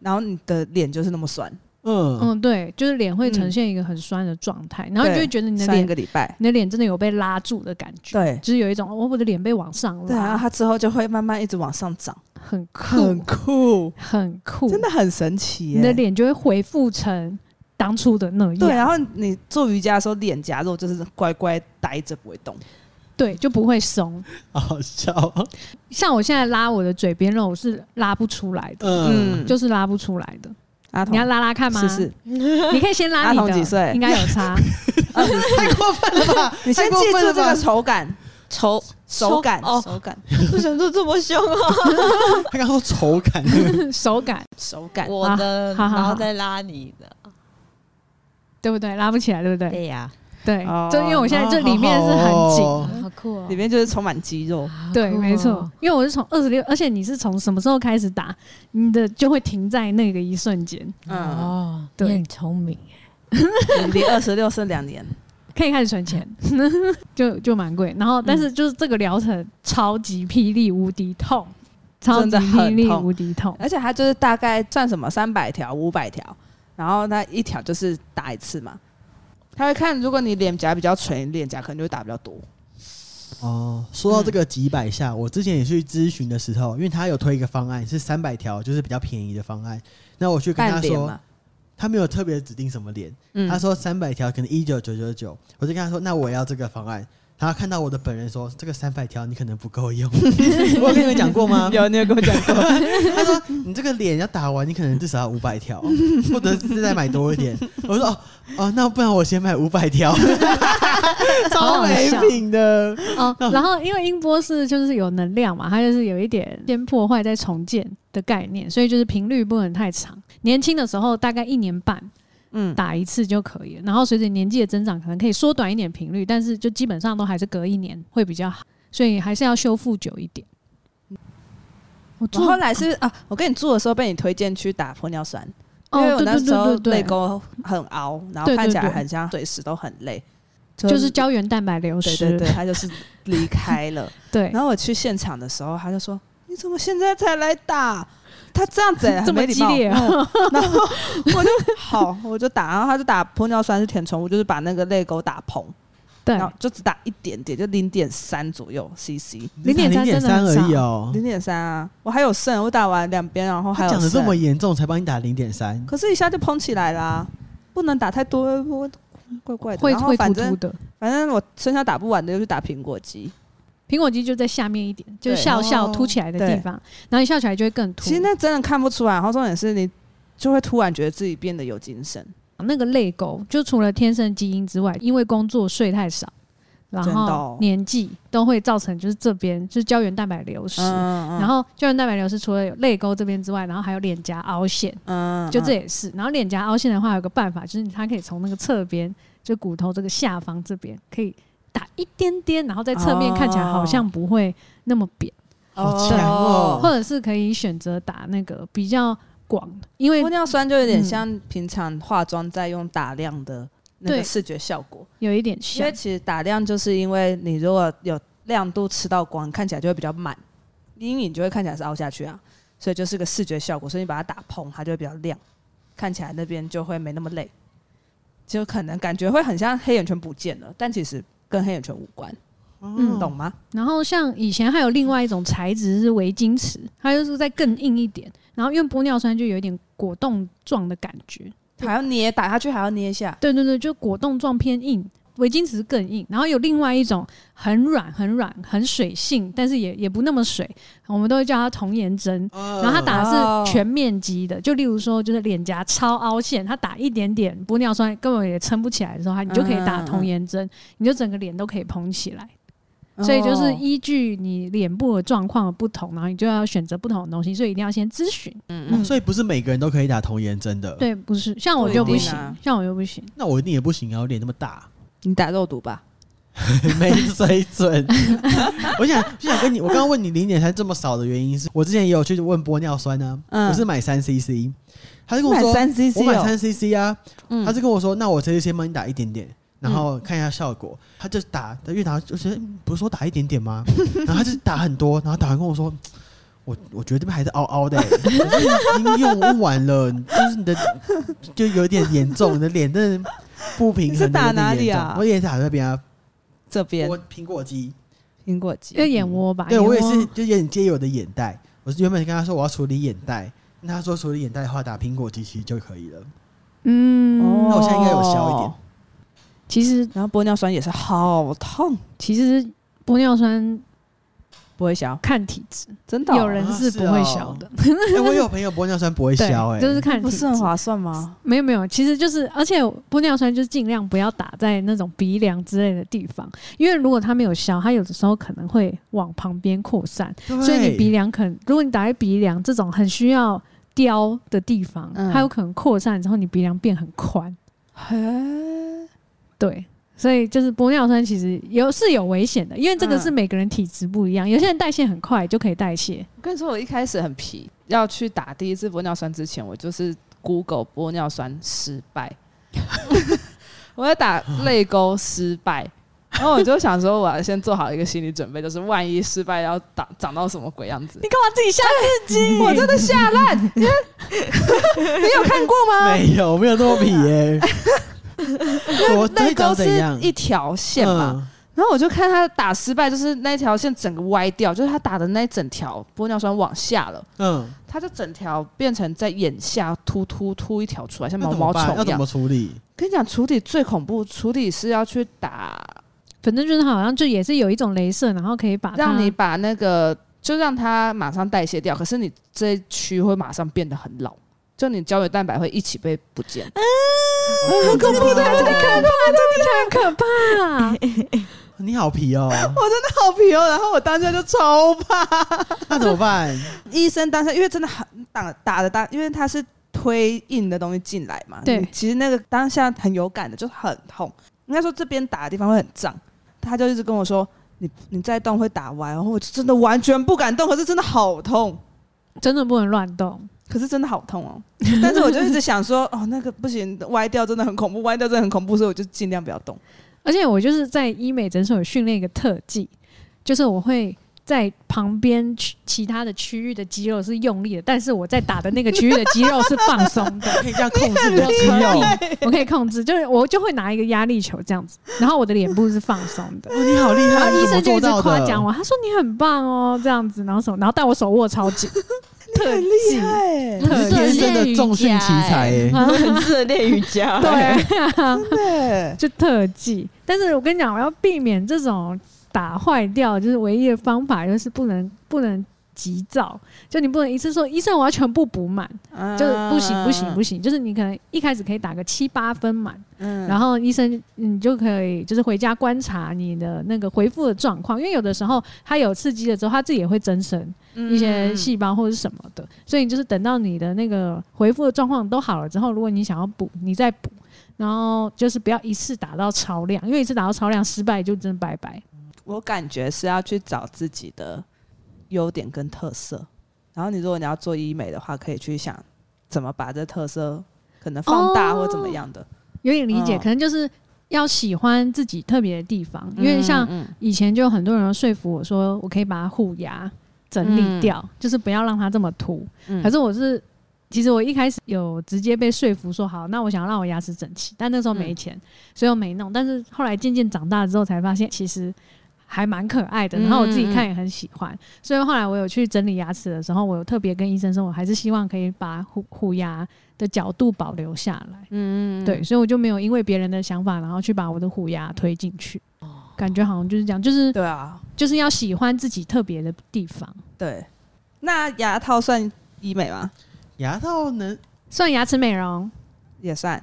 [SPEAKER 2] 然后你的脸就是那么酸，
[SPEAKER 4] 嗯，
[SPEAKER 3] 嗯，对，就是脸会呈
[SPEAKER 2] 嗯
[SPEAKER 3] 现一个很酸的状态，然后你就
[SPEAKER 2] 对
[SPEAKER 3] 会觉得你的
[SPEAKER 2] 酸一
[SPEAKER 3] 脸，
[SPEAKER 2] 个礼拜。
[SPEAKER 3] 你的脸真的有被拉住的感觉，
[SPEAKER 2] 对
[SPEAKER 3] 就是有一种哦我的脸被往上
[SPEAKER 2] 对啊，然后
[SPEAKER 3] 拉，
[SPEAKER 2] 它之后就会慢慢一直往上涨，
[SPEAKER 3] 很酷
[SPEAKER 2] 很，酷，
[SPEAKER 3] 很酷，
[SPEAKER 2] 真的，很神奇、耶
[SPEAKER 3] 你的脸就会恢复成当初的那样，
[SPEAKER 2] 对，啊然后你做瑜伽的时候，脸颊肉就是乖乖呆着不会动。
[SPEAKER 3] 对，就不会松。
[SPEAKER 4] 好好笑，
[SPEAKER 3] 像我现在拉我的嘴边肉，我是拉不出来的，
[SPEAKER 4] 嗯，
[SPEAKER 3] 就是拉不出来的。
[SPEAKER 2] 阿
[SPEAKER 3] 你要
[SPEAKER 2] 童
[SPEAKER 3] 拉拉看吗？
[SPEAKER 2] 是是，
[SPEAKER 3] 你可以先拉你
[SPEAKER 2] 阿
[SPEAKER 3] 的，
[SPEAKER 2] 童几岁
[SPEAKER 3] 应该 有差。
[SPEAKER 4] 太过分了吧？
[SPEAKER 2] 你先
[SPEAKER 4] 太过
[SPEAKER 2] 记
[SPEAKER 4] 分
[SPEAKER 2] 住
[SPEAKER 4] 了
[SPEAKER 2] 这个
[SPEAKER 4] 吧？
[SPEAKER 2] 手感，
[SPEAKER 5] 仇
[SPEAKER 2] 手感，
[SPEAKER 5] 哦
[SPEAKER 2] 手感，
[SPEAKER 5] 为什么就这么凶啊？
[SPEAKER 4] 他刚说 仇感，
[SPEAKER 3] 手感
[SPEAKER 2] 手感。
[SPEAKER 5] 我的，
[SPEAKER 3] 好好好
[SPEAKER 5] 然后再拉你的，
[SPEAKER 3] 对不对？拉不起来，对不对？
[SPEAKER 5] 呀，
[SPEAKER 3] 对
[SPEAKER 2] 哦，
[SPEAKER 3] 就因为我现在这里面是很
[SPEAKER 4] 哦
[SPEAKER 3] 紧，
[SPEAKER 5] 好酷哦
[SPEAKER 2] 里面就是充满肌肉，
[SPEAKER 3] 对，没错。。因为我是从二十六，而且你是从什么时候开始打，你的就会停在那个一瞬间，
[SPEAKER 2] 嗯，
[SPEAKER 5] 哦，你
[SPEAKER 3] 对
[SPEAKER 5] 很聪明，
[SPEAKER 2] 离嗯二十六剩两年，
[SPEAKER 3] 可以开始存钱， 就就蛮贵。然后，但
[SPEAKER 2] 嗯
[SPEAKER 3] 是就是这个疗程超级霹雳无敌痛，超
[SPEAKER 2] 真
[SPEAKER 3] 级
[SPEAKER 2] 的
[SPEAKER 3] 霹
[SPEAKER 2] 很
[SPEAKER 3] 雳
[SPEAKER 2] 痛
[SPEAKER 3] 无敌痛。
[SPEAKER 2] 而且它就是大概算什么三百条、五百条，然后那一条就是打一次嘛。他会看，如果你脸颊比较垂，你脸颊可能就会打比较多。
[SPEAKER 4] 哦，说到这个几百下，我之前也去咨询的时候，因为他有推一个方案是三百条，就是比较便宜的方案。那我去跟
[SPEAKER 2] 半
[SPEAKER 4] 他
[SPEAKER 2] 脸
[SPEAKER 4] 说
[SPEAKER 2] 嘛，，
[SPEAKER 4] 他没有特别指定什么脸，
[SPEAKER 2] 嗯
[SPEAKER 4] 他说三百条可能一九九九九，我就跟他说那我也要这个方案。他看到我的本人说这个三百条你可能不够 用，我有跟你们讲过吗？
[SPEAKER 2] 有，你有跟 我讲嗯过，
[SPEAKER 4] 他说你这个脸要打完，你可能至少要五百条，或者是再买多一 点。我说哦哦，那不然我先买五百条，
[SPEAKER 3] 好
[SPEAKER 4] 超
[SPEAKER 3] 好
[SPEAKER 4] 没
[SPEAKER 3] 笑
[SPEAKER 4] 品的。
[SPEAKER 3] 哦，然后因为音波是就是有能量嘛，它就是有一点先破坏再重建的概念，所以就是频率不能太长。年轻的时候大概一年半
[SPEAKER 2] 嗯，
[SPEAKER 3] 打一次就可以了，然后随着年纪的增长，可能可以缩短一点频率，但是就基本上都还是隔一年会比较好，所以还是要修复久一点。我
[SPEAKER 2] 我
[SPEAKER 3] 做
[SPEAKER 2] 后来是啊，我跟你住的时候被你推荐去打玻尿酸，因为
[SPEAKER 3] 哦，
[SPEAKER 2] 我
[SPEAKER 3] 对
[SPEAKER 2] 那
[SPEAKER 3] 对
[SPEAKER 2] 时候
[SPEAKER 3] 对对
[SPEAKER 2] 泪
[SPEAKER 3] 对，
[SPEAKER 2] 沟很凹，然后
[SPEAKER 3] 对对
[SPEAKER 2] 看起来
[SPEAKER 3] 对
[SPEAKER 2] 很像随时都很累，
[SPEAKER 3] 就是胶原蛋白流
[SPEAKER 2] 对
[SPEAKER 3] 失，
[SPEAKER 2] 对对，他就是离开了。
[SPEAKER 3] 对
[SPEAKER 2] 然后我去现场的时候，他就说：“你怎么现在才来打？”他这样子、欸、
[SPEAKER 3] 这么
[SPEAKER 2] 很没礼
[SPEAKER 3] 激
[SPEAKER 2] 貌
[SPEAKER 3] 烈啊
[SPEAKER 2] 嗯然后我就好，我就打，然后他就打玻尿酸是填充物，就是把那个泪沟打膨，
[SPEAKER 3] 对
[SPEAKER 2] 然后就只打一点点，就零点三左右 CC，
[SPEAKER 4] 零
[SPEAKER 3] 0.3
[SPEAKER 4] 点
[SPEAKER 3] 真的
[SPEAKER 4] 三
[SPEAKER 3] 很
[SPEAKER 4] 而
[SPEAKER 3] 少
[SPEAKER 4] 已哦。
[SPEAKER 2] 零点三啊，我还有剩，我打完两边，然后还有
[SPEAKER 4] 他讲的这
[SPEAKER 2] 剩
[SPEAKER 4] 么严重，才帮你打零点三，
[SPEAKER 2] 可是一下就砰起来啦、不能打太多，我怪怪的。
[SPEAKER 3] 会
[SPEAKER 2] 然后
[SPEAKER 3] 会
[SPEAKER 2] 反
[SPEAKER 3] 突
[SPEAKER 2] 正
[SPEAKER 3] 突的。
[SPEAKER 2] 反正我剩下打不完的就去打苹果肌。
[SPEAKER 3] 苹果肌就在下面一点，就是
[SPEAKER 2] 对
[SPEAKER 3] 笑笑
[SPEAKER 4] 哦
[SPEAKER 3] 凸起来的
[SPEAKER 2] 对
[SPEAKER 3] 地方，然后你笑起来就会更凸。
[SPEAKER 2] 其实那真的看不出来，然后重点是你就会突然觉得自己变得有精神，
[SPEAKER 3] 那个泪沟，就除了天生基因之外，因为工作睡太少，然
[SPEAKER 2] 真的
[SPEAKER 3] 后
[SPEAKER 2] 哦
[SPEAKER 3] 年纪都会造成就是这边就是胶原蛋白流失。
[SPEAKER 2] 嗯
[SPEAKER 3] 然后胶原蛋白流失，除了有泪沟这边之外，然后还有脸颊凹陷，
[SPEAKER 2] 嗯
[SPEAKER 3] 就这也是。然后脸颊凹陷的话，有个办法，就是它可以从那个侧边，就骨头这个下方这边，可以打一点点，然后在侧面看起来
[SPEAKER 2] 哦
[SPEAKER 3] 好像不会那么扁，
[SPEAKER 4] 好强哦
[SPEAKER 3] 或者是可以选择打那个比较广的，因为
[SPEAKER 2] 玻尿酸就有点像平常化妆在用打量的那
[SPEAKER 3] 嗯对
[SPEAKER 2] 个视觉效果，
[SPEAKER 3] 有一点
[SPEAKER 2] 因
[SPEAKER 3] 像
[SPEAKER 2] 为。其实打亮就是因为你如果有亮度吃到光，看起来就会比较满，阴影就会看起来是凹下去啊，所以就是个视觉效果，所以你把它打蓬，它就会比较亮，看起来那边就会没那么累，就可能感觉会很像黑眼圈不见了，但其实跟黑眼圈无关，
[SPEAKER 4] 哦
[SPEAKER 3] 嗯
[SPEAKER 2] 懂吗？
[SPEAKER 3] 然后像以前还有另外一种材质是维京瓷，它就是再更硬一点。然后因为玻尿酸就有一点果冻状的感觉，
[SPEAKER 2] 还要捏打下去，还要捏一下，
[SPEAKER 3] 对对对，就果冻状偏硬，维京瓷更硬。然后有另外一种很软、很软、很水性，但是也也不那么水，我们都会叫它童颜针。
[SPEAKER 4] 然
[SPEAKER 3] 然后它打的
[SPEAKER 2] 哦
[SPEAKER 3] 是全面积的，就例如说，就是脸颊超凹陷，它打一点点玻尿酸根本也撑不起来的时候，它你就可以打
[SPEAKER 2] 嗯嗯嗯
[SPEAKER 3] 童颜针，你就整个脸都可以膨起来。所以就是
[SPEAKER 2] 哦
[SPEAKER 3] 依据你脸部的状况的不同，然后你就要选择不同的东西，所以一定要先咨询。
[SPEAKER 2] 嗯
[SPEAKER 4] 哦所以不是每个人都可以打童颜针的。，
[SPEAKER 3] 嗯对，不是像我
[SPEAKER 2] 不一
[SPEAKER 3] 就不
[SPEAKER 2] 定
[SPEAKER 3] 行
[SPEAKER 2] 啊，
[SPEAKER 3] 像我就不行。
[SPEAKER 4] 那我一定也不行啊，我脸那么大，
[SPEAKER 2] 你打肉毒吧，
[SPEAKER 4] 没水准。 我想，就想跟你，我刚刚问你零点三这么少的原因是，我之前也有去问玻尿酸啊，
[SPEAKER 2] 嗯
[SPEAKER 4] 我是买三 CC，他就跟我说
[SPEAKER 2] 三 CC，
[SPEAKER 4] 我买三 CC 啊，
[SPEAKER 2] 嗯
[SPEAKER 4] 他就跟我说，那我这次先帮你打一点点。然后看一下效果，他就打，他越打就是嗯不是说打一点点吗？然后他就打很多，然后打完跟我说，我我觉得这边还是凹凹的、欸，可是已经用不完了，就是你的就有点严重，你的脸真的不平衡。
[SPEAKER 2] 你是打哪里啊
[SPEAKER 4] 有点严重我也打这边啊，
[SPEAKER 2] 这边
[SPEAKER 4] 我苹果肌，
[SPEAKER 2] 苹果
[SPEAKER 3] 因为
[SPEAKER 2] 肌，
[SPEAKER 3] 眼窝吧，
[SPEAKER 4] 对
[SPEAKER 3] 眼窝
[SPEAKER 4] 我也是，就有点介意我的眼袋。我是原本跟他说我要处理眼袋，那他说处理眼袋的话打苹果肌其实就可以了。
[SPEAKER 3] 嗯，
[SPEAKER 4] 那我现在应该有消一 点
[SPEAKER 2] 哦。
[SPEAKER 3] 其实
[SPEAKER 2] 然后玻尿酸也是好痛，
[SPEAKER 3] 其实玻尿酸
[SPEAKER 2] 不会消，
[SPEAKER 3] 看体质，
[SPEAKER 2] 真的哦、
[SPEAKER 3] 有人是不会消的，
[SPEAKER 4] 哎，我有朋友玻尿酸不会
[SPEAKER 3] 对
[SPEAKER 4] 消，哎，，
[SPEAKER 3] 就是看
[SPEAKER 2] 不
[SPEAKER 3] 体
[SPEAKER 2] 是
[SPEAKER 3] 质。
[SPEAKER 2] 很划算吗？
[SPEAKER 3] 没有没有，其实就是，而且玻尿酸就是尽量不要打在那种鼻梁之类的地方，因为如果它没有消，它有的时候可能会往旁边扩散。
[SPEAKER 4] 对
[SPEAKER 3] 所以你鼻梁可能，如果你打在鼻梁这种很需要雕的地方，
[SPEAKER 2] 嗯
[SPEAKER 3] 它有可能扩散之后，你鼻梁变很宽。
[SPEAKER 2] 嘿，
[SPEAKER 3] 对，所以就是玻尿酸其实有是有危险的，因为这个
[SPEAKER 2] 嗯
[SPEAKER 3] 是每个人体质不一样，有些人代谢很快就可以代谢。
[SPEAKER 2] 我跟你说，我一开始很皮，要去打第一次玻尿酸之前，我就是 Google 玻尿酸失败， 我要打泪沟失败。然后我就想说，我要先做好一个心理准备，就是万一失败要长长到什么鬼样子。
[SPEAKER 3] 干嘛自己吓自己？
[SPEAKER 2] 我真的吓烂，因为 你有看过吗？
[SPEAKER 4] 没 有没有那么皮耶。我
[SPEAKER 2] 泪
[SPEAKER 4] 最
[SPEAKER 2] 沟
[SPEAKER 4] 高
[SPEAKER 2] 是
[SPEAKER 4] 怎样？
[SPEAKER 2] 一条线嘛，
[SPEAKER 4] 嗯？
[SPEAKER 2] 然后我就看他打失败，就是那一条线整个歪掉，就是他打的那一整条玻尿酸往下了，
[SPEAKER 4] 嗯，
[SPEAKER 2] 他就整条变成在眼下突突突一条出来，像
[SPEAKER 4] 嗯那
[SPEAKER 2] 毛
[SPEAKER 4] 怎么
[SPEAKER 2] 毛
[SPEAKER 4] 办？要
[SPEAKER 2] 虫一
[SPEAKER 4] 怎
[SPEAKER 2] 样
[SPEAKER 4] 么。处理？
[SPEAKER 2] 跟你讲，处理最恐怖，处理是要去打，
[SPEAKER 3] 反正就是好像就也是有一种镭射，然后可以把它
[SPEAKER 2] 让你 把那个就让它马上代谢掉，可是你这一区会马上变得很老，就你胶原蛋白会一起被不见。
[SPEAKER 4] 很恐怖的，这个
[SPEAKER 3] 很可怕。
[SPEAKER 4] 你好皮 哦，
[SPEAKER 2] 我真的好皮哦，然后我当下就超怕。
[SPEAKER 4] 那怎么办？
[SPEAKER 2] 医生当下因为真的很打打的当，因为他是推硬的东西进来嘛，
[SPEAKER 3] 对
[SPEAKER 2] 你其实那个当下很有感的，就是很痛。应该说这边打的地方会很胀，他就一直跟我说。你你再动会打歪，然后我就真的完全不敢动，可是真的好痛。
[SPEAKER 3] 真的不能乱动，
[SPEAKER 2] 可是真的好痛哦。但是我就一直想说，哦，那个不行，歪掉真的很恐怖，歪掉真的很恐怖，所以我就尽量不要动。
[SPEAKER 3] 而且我就是在医美诊所有训练一个特技，就是我会在旁边区其他的区域的肌肉是用力的，但是我在打的那个区域的肌肉是放松的。
[SPEAKER 4] 可以这样控 制你
[SPEAKER 3] 我
[SPEAKER 4] 的肌
[SPEAKER 3] 可
[SPEAKER 4] 肉。
[SPEAKER 3] 以，我可以控制，就是我就会拿一个压力球这样子，然后我的脸部是放松 的。
[SPEAKER 4] 哇，你好厉
[SPEAKER 3] 然
[SPEAKER 4] 害！
[SPEAKER 3] 后
[SPEAKER 4] 你
[SPEAKER 3] 啊医
[SPEAKER 4] 怎
[SPEAKER 3] 生
[SPEAKER 4] 么
[SPEAKER 3] 就
[SPEAKER 4] 做
[SPEAKER 3] 一直
[SPEAKER 4] 到
[SPEAKER 3] 夸
[SPEAKER 4] 的？
[SPEAKER 3] 奖我，他说你很棒哦，这样子，然后什么，然后但我手握超 紧，特
[SPEAKER 2] 很
[SPEAKER 3] 技。
[SPEAKER 2] 厉，害，
[SPEAKER 4] 你是哎天生的重训奇才耶，
[SPEAKER 5] 我 很适合练瑜伽
[SPEAKER 3] 对啊，
[SPEAKER 2] 对，
[SPEAKER 3] 就特技。但是我跟你讲，我要避免这种打坏掉，就是唯一的方法就是不能不能急躁，就你不能一次说医生我要全部补满，就是不行不行不
[SPEAKER 2] 行。
[SPEAKER 3] 行，就是你可能一开始可以打个七八分满。
[SPEAKER 2] 嗯
[SPEAKER 3] 然后医生你就可以就是回家观察你的那个回复的状况，因为有的时候它有刺激了之后，它自己也会增生一
[SPEAKER 2] 嗯
[SPEAKER 3] 些细胞或者是什么的，所以你就是等到你的那个回复的状况都好了之后，如果你想要补，你再补。然后就是不要一次打到超量，因为一次打到超量失败就真的拜拜。
[SPEAKER 2] 我感觉是要去找自己的优点跟特色。然后你如果你要做医美的话，可以去想怎么把这特色可能放大
[SPEAKER 3] 哦
[SPEAKER 2] 或怎么样的。
[SPEAKER 3] 有点理解，
[SPEAKER 2] 嗯
[SPEAKER 3] 可能就是要喜欢自己特别的地方，因为像
[SPEAKER 2] 嗯嗯
[SPEAKER 3] 以前就有很多人说服我说，我可以把它护牙整理掉，就是不要让它这么凸。
[SPEAKER 2] 嗯
[SPEAKER 3] 可是我是，其实我一开始有直接被说服说好，那我想要让我牙齿整齐，但那时候
[SPEAKER 2] 嗯
[SPEAKER 3] 没钱，所以我没弄。但是后来渐渐长大之后，才发现其实还蛮可爱的，
[SPEAKER 2] 嗯
[SPEAKER 3] 然后我自己看也很喜欢。所以后来我有去整理牙齿的时候，我有特别跟医生说，我还是希望可以把虎虎牙的角度保留下来。
[SPEAKER 2] 嗯
[SPEAKER 3] 对，，所以我就没有因为别人的想法，然后去把我的虎牙推进去。感觉好像就是这样，就是
[SPEAKER 2] 哦对啊，
[SPEAKER 3] 就是要喜欢自己特别的地方。
[SPEAKER 2] 对。那牙套算医美吗？
[SPEAKER 4] 牙套能
[SPEAKER 3] 算牙齿 美容，
[SPEAKER 2] 也算，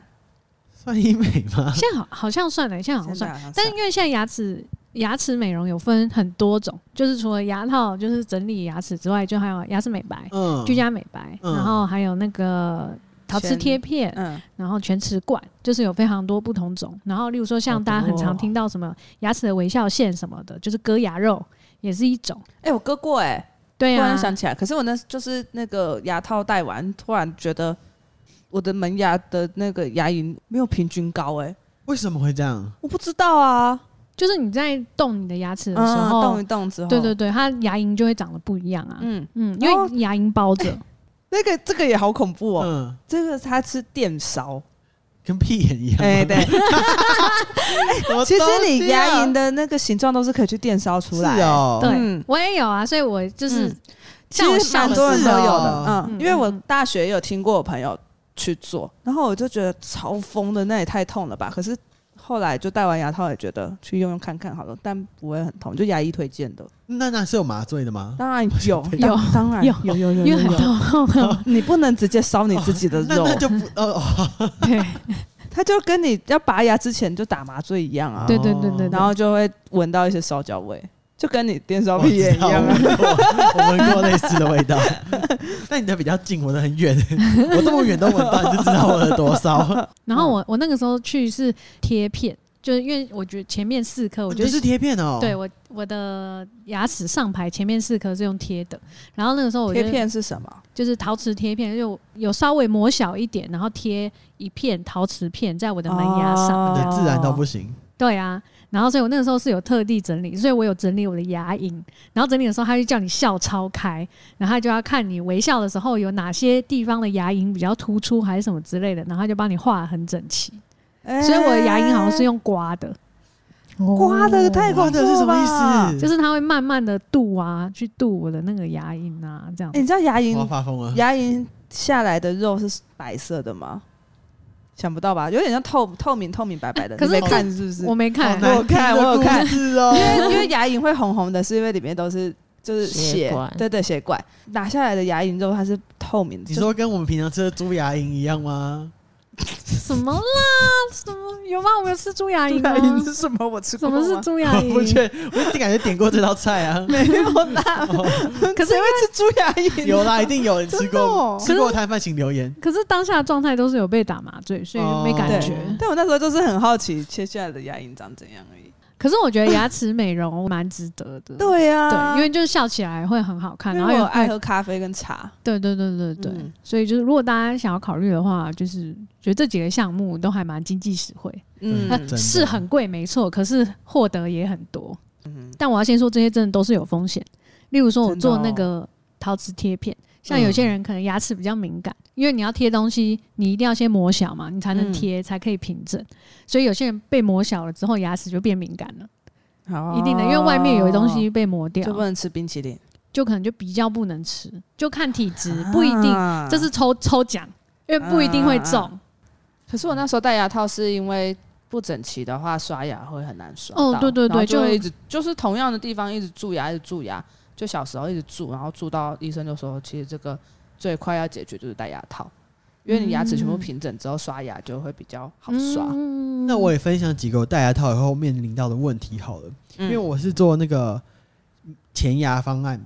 [SPEAKER 4] 算医美 吗？
[SPEAKER 3] 现在好好像算了，现在好像
[SPEAKER 2] 现在
[SPEAKER 3] 哦算，
[SPEAKER 2] 好像
[SPEAKER 3] 但
[SPEAKER 2] 啊算
[SPEAKER 3] 因为现在牙齿牙齿美容有分很多种，就是除了牙套，就是整理牙齿之外，就还有牙齿美白、
[SPEAKER 4] 嗯，
[SPEAKER 3] 居家美白，
[SPEAKER 4] 嗯
[SPEAKER 3] 然后还有那个陶瓷
[SPEAKER 2] 全
[SPEAKER 3] 贴片，
[SPEAKER 2] 嗯，
[SPEAKER 3] 然后全瓷冠，就是有非常多不同种。然后，例如说像大家很常听到什么牙齿的微笑线什么的，就是割牙肉也是一种。
[SPEAKER 2] 哎、我割过哎、
[SPEAKER 3] 对
[SPEAKER 2] 突
[SPEAKER 3] 啊
[SPEAKER 2] 然，想起来，可是我那就是那个牙套戴完，突然觉得我的门牙的那个牙龈没有平均高哎、
[SPEAKER 4] 为什么会这样？
[SPEAKER 2] 我不知道啊。
[SPEAKER 3] 就是你在动你的牙齿的时
[SPEAKER 2] 嗯，
[SPEAKER 3] 候，
[SPEAKER 2] 动一动之后，
[SPEAKER 3] 对对，对，它牙龈就会长得不一样啊。嗯
[SPEAKER 2] 嗯，
[SPEAKER 3] 因
[SPEAKER 2] 然后
[SPEAKER 3] 为牙龈包着，
[SPEAKER 2] 那个这个也好恐怖哦，
[SPEAKER 4] 嗯，
[SPEAKER 2] 这个它是电烧，
[SPEAKER 4] 跟屁眼一样。
[SPEAKER 2] 哎、对，
[SPEAKER 4] 什么东西
[SPEAKER 2] 其
[SPEAKER 4] 啊，
[SPEAKER 2] 实你牙龈的那个形状都是可以去电烧出来，
[SPEAKER 4] 是哦，
[SPEAKER 3] 对、
[SPEAKER 2] 嗯
[SPEAKER 3] 我也有啊，所以我就是、
[SPEAKER 2] 嗯其
[SPEAKER 3] 像我
[SPEAKER 2] 实
[SPEAKER 3] 笑
[SPEAKER 2] 蛮
[SPEAKER 3] 的
[SPEAKER 2] 多人
[SPEAKER 3] 时
[SPEAKER 2] 都
[SPEAKER 3] 候
[SPEAKER 2] 有
[SPEAKER 4] 哦
[SPEAKER 2] 的，嗯，
[SPEAKER 3] 嗯
[SPEAKER 2] 因为我
[SPEAKER 3] 嗯嗯
[SPEAKER 2] 大学也有听过我朋友去做，然后我就觉得超疯的，那也太痛了吧。可是后来就戴完牙套也觉得去用用看看好了，但不会很痛，就牙医推荐的。
[SPEAKER 4] 那那是有麻醉的吗？
[SPEAKER 2] 当然有，
[SPEAKER 3] 有
[SPEAKER 2] 当当然
[SPEAKER 3] 有
[SPEAKER 2] 有有有
[SPEAKER 3] 因为很
[SPEAKER 2] 有，有
[SPEAKER 3] 痛，
[SPEAKER 2] 你不能直接烧你自己的
[SPEAKER 4] 那
[SPEAKER 2] 肉，
[SPEAKER 4] 那就不哦哦，
[SPEAKER 3] 对
[SPEAKER 2] 他就跟你要拔牙之前就打麻醉一样啊，
[SPEAKER 3] 对对对对，
[SPEAKER 2] 然后就会闻到一些烧焦味，就跟你电烧屁眼一样啊。
[SPEAKER 4] 我我闻过类似的味道， 但你的比较近，我的很远，我这么远都闻到，你就知道我的多骚。
[SPEAKER 3] 然后我我那个时候去是贴片，就是因为我觉得前面四颗，我觉
[SPEAKER 4] 你
[SPEAKER 3] 得
[SPEAKER 4] 们是贴片哦，
[SPEAKER 3] 对，我我的牙齿上排前面四颗是用贴的，然后那个时候我
[SPEAKER 2] 贴
[SPEAKER 3] 就
[SPEAKER 2] 片是什么？
[SPEAKER 3] 就是陶瓷贴片，就有稍微磨小一点，然后贴一片陶瓷片在我的门牙上。
[SPEAKER 4] 你
[SPEAKER 2] 哦
[SPEAKER 4] 自然到不行。
[SPEAKER 3] 对啊，然后所以我那个时候是有特地整理，所以我有整理我的牙龈，然后整理的时候他就叫你笑超开，然后他就要看你微笑的时候有哪些地方的牙龈比较突出还是什么
[SPEAKER 2] 哎
[SPEAKER 3] 之类的，然后他就帮你画得很整齐，所以我的牙龈好像是用刮的。哦
[SPEAKER 2] 刮的太恐
[SPEAKER 4] 刮
[SPEAKER 2] 怖
[SPEAKER 4] 的是什么意
[SPEAKER 2] 思？
[SPEAKER 4] 思？
[SPEAKER 3] 就是它会慢慢的度啊，去度我的那个牙龈啊，这样
[SPEAKER 2] 欸。你知道牙
[SPEAKER 4] 我要
[SPEAKER 2] 龈
[SPEAKER 4] 发疯了。
[SPEAKER 2] 牙龈下来的肉是白色的吗？想不到吧？有点像透透明、透明白白的。
[SPEAKER 3] 可是
[SPEAKER 2] 你没
[SPEAKER 3] 这
[SPEAKER 2] 看是不是？
[SPEAKER 3] 我没看
[SPEAKER 4] 好，难
[SPEAKER 2] 我看
[SPEAKER 4] 听的
[SPEAKER 2] 我有看
[SPEAKER 4] 故事哦。
[SPEAKER 2] 因为因为牙龈会红红的，是因为里面都是就是
[SPEAKER 5] 血
[SPEAKER 2] 血，
[SPEAKER 5] 管
[SPEAKER 2] 对对，血管打下来的牙龈肉它是透明的。
[SPEAKER 4] 你
[SPEAKER 2] 就
[SPEAKER 4] 说跟我们平常吃的猪牙龈一样吗？
[SPEAKER 3] 什么啦？什么有吗？我有吃猪 牙龈
[SPEAKER 2] 牙龈
[SPEAKER 3] 吗？
[SPEAKER 2] 是什么？我啊吃过
[SPEAKER 3] 什么是
[SPEAKER 2] 吗？。
[SPEAKER 3] 猪牙
[SPEAKER 4] 我不
[SPEAKER 3] 龈？
[SPEAKER 4] 确，我一定感觉点过这道菜啊
[SPEAKER 2] 没有啦，
[SPEAKER 3] 可是
[SPEAKER 2] 谁会吃猪牙啊龈？
[SPEAKER 4] 有啦，一定有人吃
[SPEAKER 2] 真的
[SPEAKER 4] 过
[SPEAKER 2] 哦。
[SPEAKER 4] 吃过的摊贩请留言。
[SPEAKER 3] 可是当下的状态都是有被打麻醉，所以没感
[SPEAKER 2] 对
[SPEAKER 3] 觉。
[SPEAKER 2] 但我那时候就是很好奇切下来的牙龈长怎样而已。
[SPEAKER 3] 可是我觉得牙齿美容蛮值得的。
[SPEAKER 2] 对啊呀、
[SPEAKER 3] 对，因为就是笑起来会很好看，
[SPEAKER 2] 因
[SPEAKER 3] 然后
[SPEAKER 2] 为
[SPEAKER 3] 也
[SPEAKER 2] 我爱
[SPEAKER 3] 会
[SPEAKER 2] 喝咖啡跟茶，
[SPEAKER 3] 对对对对对，
[SPEAKER 2] 嗯
[SPEAKER 3] 所以就是如果大家想要考虑的话，就是觉得这几个项目都还蛮经济实惠，
[SPEAKER 2] 嗯，
[SPEAKER 4] 真的
[SPEAKER 3] 是很贵没错，可是获得也很多。但我要先说，这些真的都是有风险。例如说，我
[SPEAKER 2] 嗯真的
[SPEAKER 3] 做那
[SPEAKER 2] 哦嗯
[SPEAKER 3] 个陶瓷贴片，像有些人可能牙齿比较敏感，因为你要贴东西，你一定要先磨小嘛，你才能
[SPEAKER 2] 嗯
[SPEAKER 3] 贴，才可以平整。所以有些人被磨小了之后，牙齿就变敏感了，
[SPEAKER 2] 好啊
[SPEAKER 3] 一定的，因为外面有东西被磨掉
[SPEAKER 2] 哦就，不能吃冰淇淋，
[SPEAKER 3] 就可能就比较不能吃，就看体质，不一定。
[SPEAKER 2] 啊
[SPEAKER 3] 这是抽抽奖，因为不一定会中。
[SPEAKER 2] 啊可是我那时候戴牙套是因为不整齐的话，刷牙会很难刷到。
[SPEAKER 3] 哦对对
[SPEAKER 2] 然
[SPEAKER 3] 对
[SPEAKER 2] 后就
[SPEAKER 3] 就
[SPEAKER 2] 会一直就是同样的地方一直蛀牙，一直蛀牙。就小时候一直蛀，然后蛀到医生就说，其实这个最快要解决就是戴牙套，因为你牙齿全部平整之后，刷牙就会比较好刷。
[SPEAKER 3] 嗯
[SPEAKER 4] 那我也分享几个我戴牙套以后面临到的问题好了，因
[SPEAKER 2] 因
[SPEAKER 4] 为我是做那个前牙方案，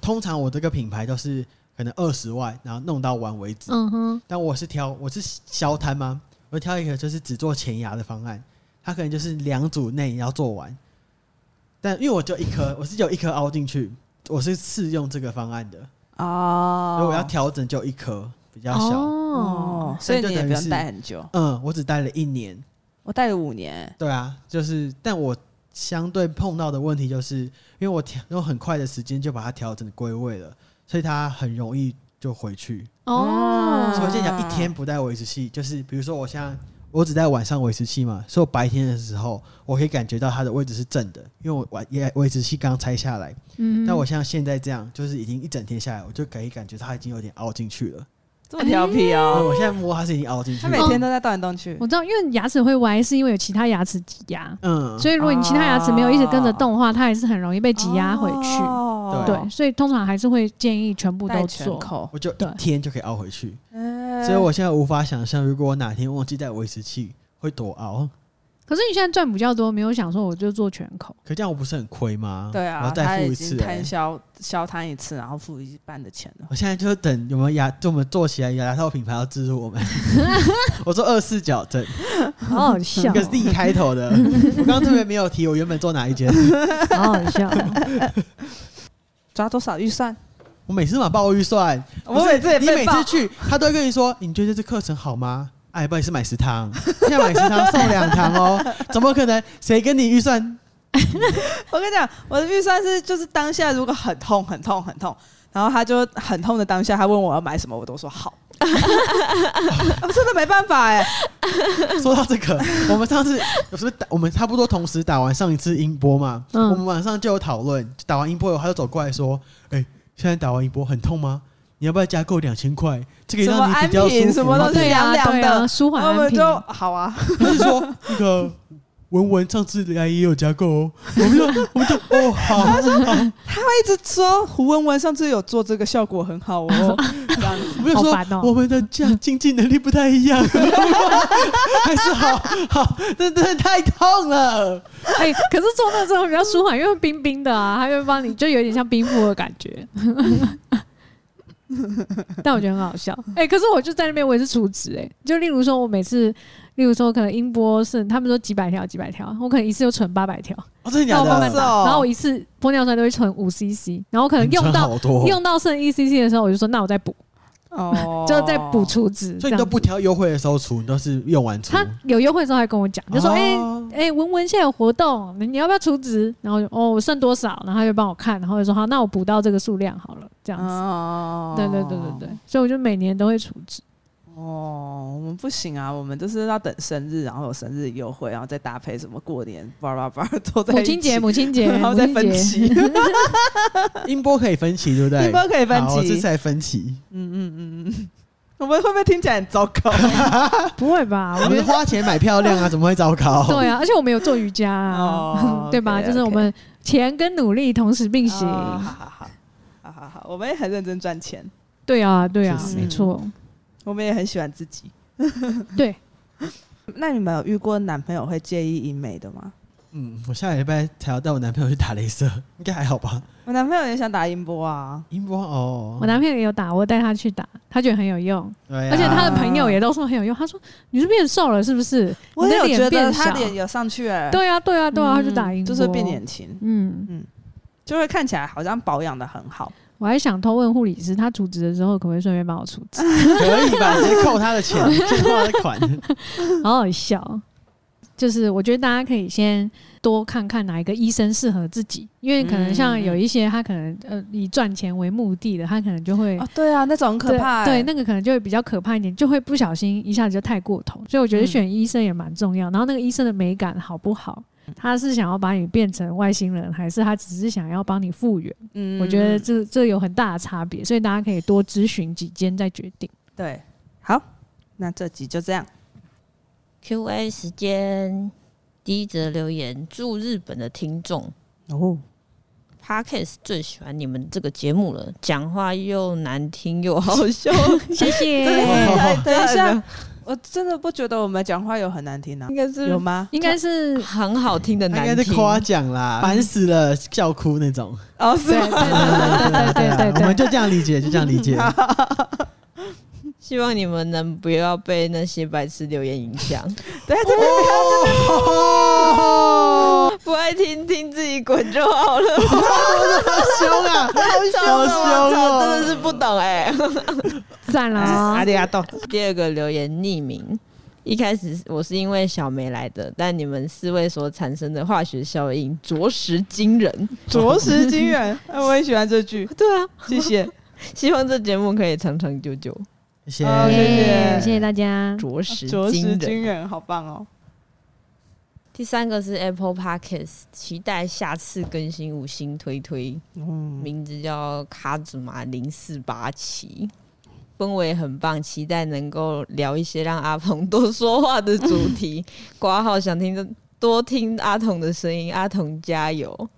[SPEAKER 4] 通常我这个品牌都是可能二十万，然后弄到完为止。
[SPEAKER 3] 嗯哼，
[SPEAKER 4] 但我是挑我是消摊吗？我挑一个就是只做前牙的方案，它可能就是两组内要做完。但因为我就一 颗，我是有一颗凹进去，我是试用这个方案的，
[SPEAKER 2] 哦，
[SPEAKER 4] 所以我要调整就一颗比较小。
[SPEAKER 3] 哦
[SPEAKER 2] 哦，，所以
[SPEAKER 4] 所
[SPEAKER 2] 你
[SPEAKER 4] 以就
[SPEAKER 2] 也
[SPEAKER 4] 等于
[SPEAKER 2] 不
[SPEAKER 4] 是
[SPEAKER 2] 用戴很久，
[SPEAKER 4] 嗯，我只戴了一年。
[SPEAKER 2] 我戴了五年。
[SPEAKER 4] 对啊，就是，但我相对碰到的问题就是，因为我调用很快的时间就把它调整归位了，所以它很容易就回去。
[SPEAKER 2] 嗯
[SPEAKER 3] 哦，
[SPEAKER 4] 所以我建议
[SPEAKER 2] 啊
[SPEAKER 4] 讲一天不戴维持器，就是比如说我现在我只戴晚上维持器嘛，所以我白天的时候我可以感觉到它的位置是正的，因为我晚也维持器刚拆下来，
[SPEAKER 3] 嗯
[SPEAKER 4] 但我像现在这样，就是已经一整天下来，我就可以感觉它已经有点凹进去了。
[SPEAKER 2] 这么调皮哦！
[SPEAKER 4] 嗯我现在摸它是已经凹进去
[SPEAKER 2] 他每
[SPEAKER 4] 了，
[SPEAKER 2] 天都在动来动去
[SPEAKER 3] 我，知道，因为牙齿会歪，是因为有其他牙齿挤压，
[SPEAKER 4] 嗯，
[SPEAKER 3] 所以如果你其他牙齿没有一直跟着动的话，它还是很容易被挤压回去。
[SPEAKER 2] 哦
[SPEAKER 3] 对，，所以通常还是会建议全部
[SPEAKER 2] 戴
[SPEAKER 3] 都
[SPEAKER 2] 全
[SPEAKER 3] 做。
[SPEAKER 2] 口。
[SPEAKER 4] 我就一
[SPEAKER 3] 对
[SPEAKER 4] 天就可以凹回去。所
[SPEAKER 2] 所
[SPEAKER 4] 以我现在无法想象，如果我哪天忘记带维持器，会多熬。
[SPEAKER 3] 可是你现在赚比较多，没有想说我就做全口，
[SPEAKER 4] 可这样我不是很亏吗？
[SPEAKER 2] 对
[SPEAKER 4] 然
[SPEAKER 2] 啊，
[SPEAKER 4] 后
[SPEAKER 2] 他
[SPEAKER 4] 嗯再付
[SPEAKER 2] 已
[SPEAKER 4] 一
[SPEAKER 2] 经
[SPEAKER 4] 次、欸
[SPEAKER 2] 摊。销销摊一次，然后付一半的钱了。
[SPEAKER 4] 我现在就是等有没有牙，就我们做起来牙套品牌要资助 我们。我做二四矫正，
[SPEAKER 3] 好好笑
[SPEAKER 4] 一 个是 D 开头的。我刚刚特别没有提我原本做哪一间。
[SPEAKER 3] 好好笑。
[SPEAKER 2] 抓多少预算？
[SPEAKER 4] 我每次都把报预算，
[SPEAKER 2] 我
[SPEAKER 4] 不是
[SPEAKER 2] 每次也
[SPEAKER 4] 你
[SPEAKER 2] 被
[SPEAKER 4] 每
[SPEAKER 2] 报
[SPEAKER 4] 次去，他都会跟你说，你觉得这课程好吗？哎，不好意思，买十堂，现在买十堂送两堂 哦，怎么可能？谁跟你预算
[SPEAKER 2] 我跟你讲，我的预算是就是当下如果很痛很痛很痛，然后他就很痛的当下，他问我要买什么，我都说 好。 我真的没办法哎、
[SPEAKER 4] 说到这个，我们上次不是打我们差不多同时打完上一次音波嘛，
[SPEAKER 3] 嗯
[SPEAKER 4] 我们晚上就有讨论，打完音波以后他就走过来说：“哎、现在打完音波很痛吗？你要不要加购两千块？这个
[SPEAKER 2] 什么
[SPEAKER 4] 让你
[SPEAKER 2] 安
[SPEAKER 4] 比较舒
[SPEAKER 2] 瓶什
[SPEAKER 4] 服。
[SPEAKER 2] 么
[SPEAKER 4] 吗
[SPEAKER 2] 东西
[SPEAKER 3] 对
[SPEAKER 2] 凉
[SPEAKER 3] 啊，
[SPEAKER 2] 凉
[SPEAKER 3] 对啊，
[SPEAKER 2] 的，
[SPEAKER 3] 舒
[SPEAKER 2] 然
[SPEAKER 3] 缓
[SPEAKER 2] 后我
[SPEAKER 3] 安
[SPEAKER 2] 们
[SPEAKER 3] 瓶。
[SPEAKER 2] 就好啊。？”
[SPEAKER 4] 他就说：“那个文文上次来也有加购哦。”我们就我们就哦好，
[SPEAKER 2] 他会一直说胡文文上次有做这个效果很 好哦，这样子
[SPEAKER 4] 我们就
[SPEAKER 3] 好
[SPEAKER 4] 说、
[SPEAKER 3] 烦哦
[SPEAKER 4] 我们的价经济能力不太一样， 还是好好，这真的太痛了。
[SPEAKER 3] 哎、可是做那之后比较舒缓，因为冰冰的啊，它会帮你，就有点像冰敷的感觉。 但我觉得很好笑。哎、可是我就在那边，我也是厨子哎、就例如说，我每次，例如说，可能音波是他们说几百条几百条，我可能一次就存八百条，
[SPEAKER 4] 哦，真的假
[SPEAKER 2] 那我慢
[SPEAKER 4] 的？
[SPEAKER 2] 慢打
[SPEAKER 3] 然后我一次玻尿酸都会存五 CC，然后我可能
[SPEAKER 4] 你
[SPEAKER 3] 用
[SPEAKER 4] 穿
[SPEAKER 3] 到
[SPEAKER 4] 好多哦
[SPEAKER 3] 用到剩一 CC 的时候，我就说那我再补，
[SPEAKER 2] 哦
[SPEAKER 3] 就再补厨子。
[SPEAKER 4] 所以你都不
[SPEAKER 3] 这样子
[SPEAKER 4] 挑优惠的时候除，你都是用完除。
[SPEAKER 3] 他有优惠的时候还跟我讲，就说：“哎、
[SPEAKER 4] 哦
[SPEAKER 3] 哎、文文现在有活动，你要不要出值？然后我就哦，我剩多少？然后他就帮我看，然后就说好，那我补到这个数量好了，这样子。
[SPEAKER 2] 哦
[SPEAKER 3] 对对对对对，所以我就每年都会出值。
[SPEAKER 2] 哦，我们不行啊，我们就是要等生日，然后有生日优惠，然后再搭配什么过年，叭叭叭，都在
[SPEAKER 3] 母亲节，母亲节，
[SPEAKER 2] 然后
[SPEAKER 3] 母
[SPEAKER 2] 再
[SPEAKER 3] 亲
[SPEAKER 2] 分
[SPEAKER 3] 节
[SPEAKER 2] 期，
[SPEAKER 3] 哎
[SPEAKER 4] 音波可以分歧，对不对？
[SPEAKER 2] 音波可以分
[SPEAKER 4] 好我
[SPEAKER 2] 歧
[SPEAKER 4] 这才分歧。
[SPEAKER 2] 我们会不会听起来很糟糕？
[SPEAKER 3] 不会吧？我
[SPEAKER 4] 我
[SPEAKER 3] 觉
[SPEAKER 4] 们
[SPEAKER 3] 得
[SPEAKER 4] 花钱买漂亮啊，怎么会糟糕？
[SPEAKER 3] 对啊，而且我们有做瑜伽啊
[SPEAKER 2] 哦，
[SPEAKER 3] 对吧？
[SPEAKER 2] ，OK，OK
[SPEAKER 3] 就是我们钱跟努力同时并行。
[SPEAKER 2] 哦好好好，好好好，我们也很认真赚钱，
[SPEAKER 3] 对啊，对啊
[SPEAKER 4] 是，
[SPEAKER 3] 没错。
[SPEAKER 2] 哦我们也很喜欢自己。
[SPEAKER 3] 对，
[SPEAKER 2] 那你们有遇过男朋友会介意医美的吗？
[SPEAKER 4] 嗯，我下礼拜才要带我男朋友去打镭射， 应该还好吧？
[SPEAKER 2] 我男朋友也想打音波啊，
[SPEAKER 4] 音波哦
[SPEAKER 3] 我，男朋友也有打，我带他去打，他觉得很有用，
[SPEAKER 4] 对啊
[SPEAKER 3] 而且他的朋友也都说很有用。他说你是变瘦了是不是？
[SPEAKER 2] 我
[SPEAKER 3] 你
[SPEAKER 2] 也
[SPEAKER 3] 的
[SPEAKER 2] 有觉
[SPEAKER 3] 脸
[SPEAKER 2] 得
[SPEAKER 3] 变
[SPEAKER 2] 他
[SPEAKER 3] 小。
[SPEAKER 2] 脸有上去哎、
[SPEAKER 3] 对啊，对啊，对啊，他就
[SPEAKER 2] 嗯
[SPEAKER 3] 打赢，
[SPEAKER 2] 就是变。年轻，
[SPEAKER 3] 嗯，
[SPEAKER 2] 就会看起来好像保养的很好。
[SPEAKER 3] 我还想偷问护理师，他除职的时候可不可以顺便帮我除 职？
[SPEAKER 4] 可以 吧？直接扣他的钱，先扣他的款。
[SPEAKER 3] 好好笑。就是我觉得大家可以先多看看哪一个医生适合自己，因为可能像
[SPEAKER 2] 嗯
[SPEAKER 3] 有一些他可能呃以赚钱为目的的，他可能就会、
[SPEAKER 2] 哦，对啊，那种很可怕、欸
[SPEAKER 3] 对，对那个可能就会比较可怕一点，就会不小心一下子就太过头。所以我
[SPEAKER 2] 嗯
[SPEAKER 3] 觉得选医生也蛮重要，然后那个医生的美感好不好？
[SPEAKER 2] 嗯
[SPEAKER 3] 他是想要把你变成外星人，还是他只是想要帮你复原？
[SPEAKER 2] 嗯
[SPEAKER 3] 我觉得这这有很大的差别，所以大家可以多咨询几间再决定。
[SPEAKER 2] 对。好，那这集就这样。
[SPEAKER 5] Q&A 时间，第一则留言，驻日本的听众
[SPEAKER 2] 哦，
[SPEAKER 5] Podcast 最喜欢你们这个节目了，讲话又难听又好 笑，
[SPEAKER 3] 谢谢，
[SPEAKER 2] 等 等一下，我真的不觉得我们讲话有很难听啊
[SPEAKER 5] 应，该是
[SPEAKER 2] 有吗？
[SPEAKER 3] 应该是
[SPEAKER 5] 很好听的
[SPEAKER 4] 他
[SPEAKER 5] 难
[SPEAKER 4] 应该是
[SPEAKER 5] 听。
[SPEAKER 4] 夸奖啦，烦死了，笑哭那种。
[SPEAKER 2] 哦，是
[SPEAKER 3] 对对对对对对
[SPEAKER 4] 我
[SPEAKER 3] 对
[SPEAKER 4] 们就这样理解，就这 样理解。
[SPEAKER 5] 希望你们能不要被那些白痴留言影响，
[SPEAKER 2] 对对 对，
[SPEAKER 4] 哦，
[SPEAKER 5] 不爱听听自己滚就好 了。
[SPEAKER 4] 好凶啊！
[SPEAKER 5] 超
[SPEAKER 4] 好凶哦
[SPEAKER 5] 真的是不懂哎、
[SPEAKER 3] 对，赞了 啊！
[SPEAKER 4] 利亚豆，
[SPEAKER 5] 第二个留言匿名。一开始我是因为小梅来的，但你们四位所产生的化学效应着实惊人。
[SPEAKER 2] 着实惊人。哎我也喜欢这 句，
[SPEAKER 5] 对啊，
[SPEAKER 2] 谢谢。
[SPEAKER 5] 希望这节目可以长长久久，
[SPEAKER 4] 谢谢。
[SPEAKER 2] 哦谢谢
[SPEAKER 3] 哎谢谢大家。
[SPEAKER 5] 着实
[SPEAKER 2] 着
[SPEAKER 5] 惊
[SPEAKER 2] 实
[SPEAKER 5] 人。
[SPEAKER 2] 惊人，好棒哦！
[SPEAKER 5] 第三个是 Apple Podcast，期待下次更新五星推推，
[SPEAKER 2] 嗯，
[SPEAKER 5] 名字叫卡子玛零四八七，氛围很棒，期待能够聊一些让阿鹏多说话的主 题。挂号想听的多听阿童的声音，阿童加油！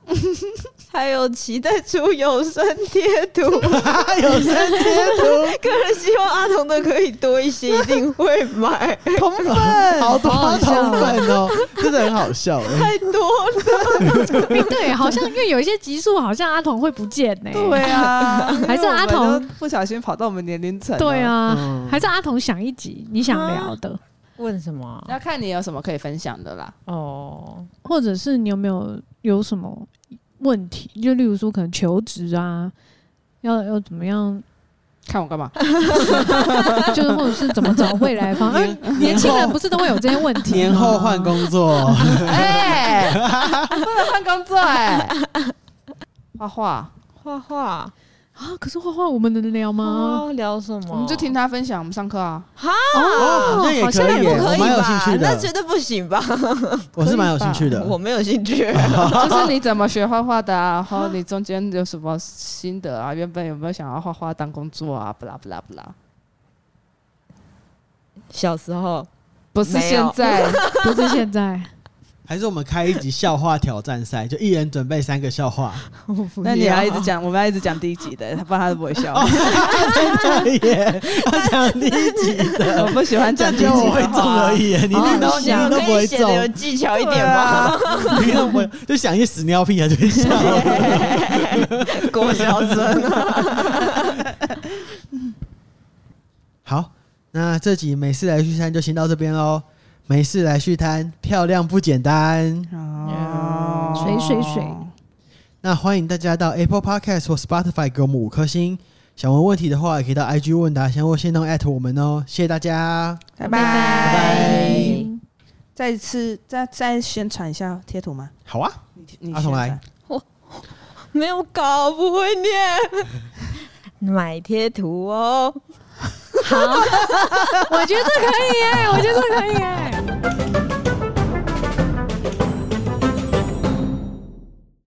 [SPEAKER 5] 还有期待出有声贴 图，
[SPEAKER 4] 哦 有三贴图，
[SPEAKER 5] 个人希望阿童的可以多一些，一定会 买，
[SPEAKER 4] 同粉，好多同粉哦，真的很好 笑。
[SPEAKER 5] 太多了。
[SPEAKER 3] 哎对，好像因为有一些集数，好像阿童会不见呢。
[SPEAKER 2] 对啊，
[SPEAKER 3] 还是阿童
[SPEAKER 2] 因为我们都不小心跑到我们年龄层了。
[SPEAKER 3] 对啊
[SPEAKER 4] 嗯，
[SPEAKER 3] 还是阿童想一集你想聊的，
[SPEAKER 5] 问什么啊？
[SPEAKER 2] 要看你有什么可以分享的啦。
[SPEAKER 5] 哦，
[SPEAKER 3] 或者是你有没有有什么问题？就例如说，可能求职啊，要要怎么 样，
[SPEAKER 2] 看我干嘛？
[SPEAKER 3] 就是或者是怎么找未来方向。哎年轻人不是都会有这些问题吗？
[SPEAKER 4] 年后换工 作，
[SPEAKER 2] 哎，不能换工作 哎。画画，
[SPEAKER 5] 画画。
[SPEAKER 3] 啊？可是画画我们能聊吗？
[SPEAKER 5] 哦，聊什么？
[SPEAKER 2] 我们就听他分享，我们上课啊。
[SPEAKER 4] 哦好像也
[SPEAKER 3] 好
[SPEAKER 4] 可
[SPEAKER 3] 像
[SPEAKER 4] 以
[SPEAKER 5] 不
[SPEAKER 4] 耶，
[SPEAKER 5] 可
[SPEAKER 4] 我
[SPEAKER 5] 以
[SPEAKER 4] 蛮有兴
[SPEAKER 5] 吧
[SPEAKER 4] 趣？
[SPEAKER 5] 那绝
[SPEAKER 4] 的，
[SPEAKER 5] 对不行吧？
[SPEAKER 4] 我是蛮有兴趣的。
[SPEAKER 5] 我没有兴 趣。
[SPEAKER 2] 就是你怎么学画画的啊？然后你中间有什么心得啊？原本有没有想要画画当工作啊？不啦不啦不啦，
[SPEAKER 5] 小时候
[SPEAKER 2] 不是
[SPEAKER 5] 没有
[SPEAKER 2] 现在，
[SPEAKER 3] 不是现在，
[SPEAKER 4] 还是我们开一集笑话挑战赛，就一人准备三个笑 话。
[SPEAKER 2] 那你要一直讲，我们要一直讲第一集的，不然他都不会 笑。
[SPEAKER 4] 对耶，要讲第一集
[SPEAKER 2] 我
[SPEAKER 4] 的，
[SPEAKER 2] 不喜欢讲
[SPEAKER 4] 但
[SPEAKER 2] 第一
[SPEAKER 4] 只
[SPEAKER 2] 集
[SPEAKER 4] 有 我会
[SPEAKER 2] 的
[SPEAKER 4] 中而
[SPEAKER 2] 话。
[SPEAKER 4] 已耶，你
[SPEAKER 5] 哦
[SPEAKER 4] 那都
[SPEAKER 5] 你
[SPEAKER 4] 你那
[SPEAKER 5] 想
[SPEAKER 4] 都不
[SPEAKER 5] 可以
[SPEAKER 4] 会
[SPEAKER 5] 写的有
[SPEAKER 4] 中，
[SPEAKER 5] 技巧一点吗？
[SPEAKER 4] 啊 你都不会，就想一些屎尿屁啊，就会笑。
[SPEAKER 5] 郭小生，
[SPEAKER 4] 好，那这集美式来续摊就先到这边喽。美式来续摊，漂亮不简单。
[SPEAKER 2] 哦
[SPEAKER 3] 水水水，
[SPEAKER 4] 那欢迎大家到 Apple Podcast 或 Spotify 给我们五颗星。想问问题的话，也可以到 IG 问答箱或线动 at 我们哦。谢谢大家。
[SPEAKER 2] 拜
[SPEAKER 4] 拜拜。
[SPEAKER 2] 再一次再再宣传一下贴图吗？
[SPEAKER 4] 好啊，
[SPEAKER 2] 你你
[SPEAKER 4] 阿童
[SPEAKER 2] 宣
[SPEAKER 4] 来
[SPEAKER 2] 传
[SPEAKER 5] 没 有搞不会念，买贴图哦。
[SPEAKER 3] 好，我觉得这可以哎、我觉得这可以哎、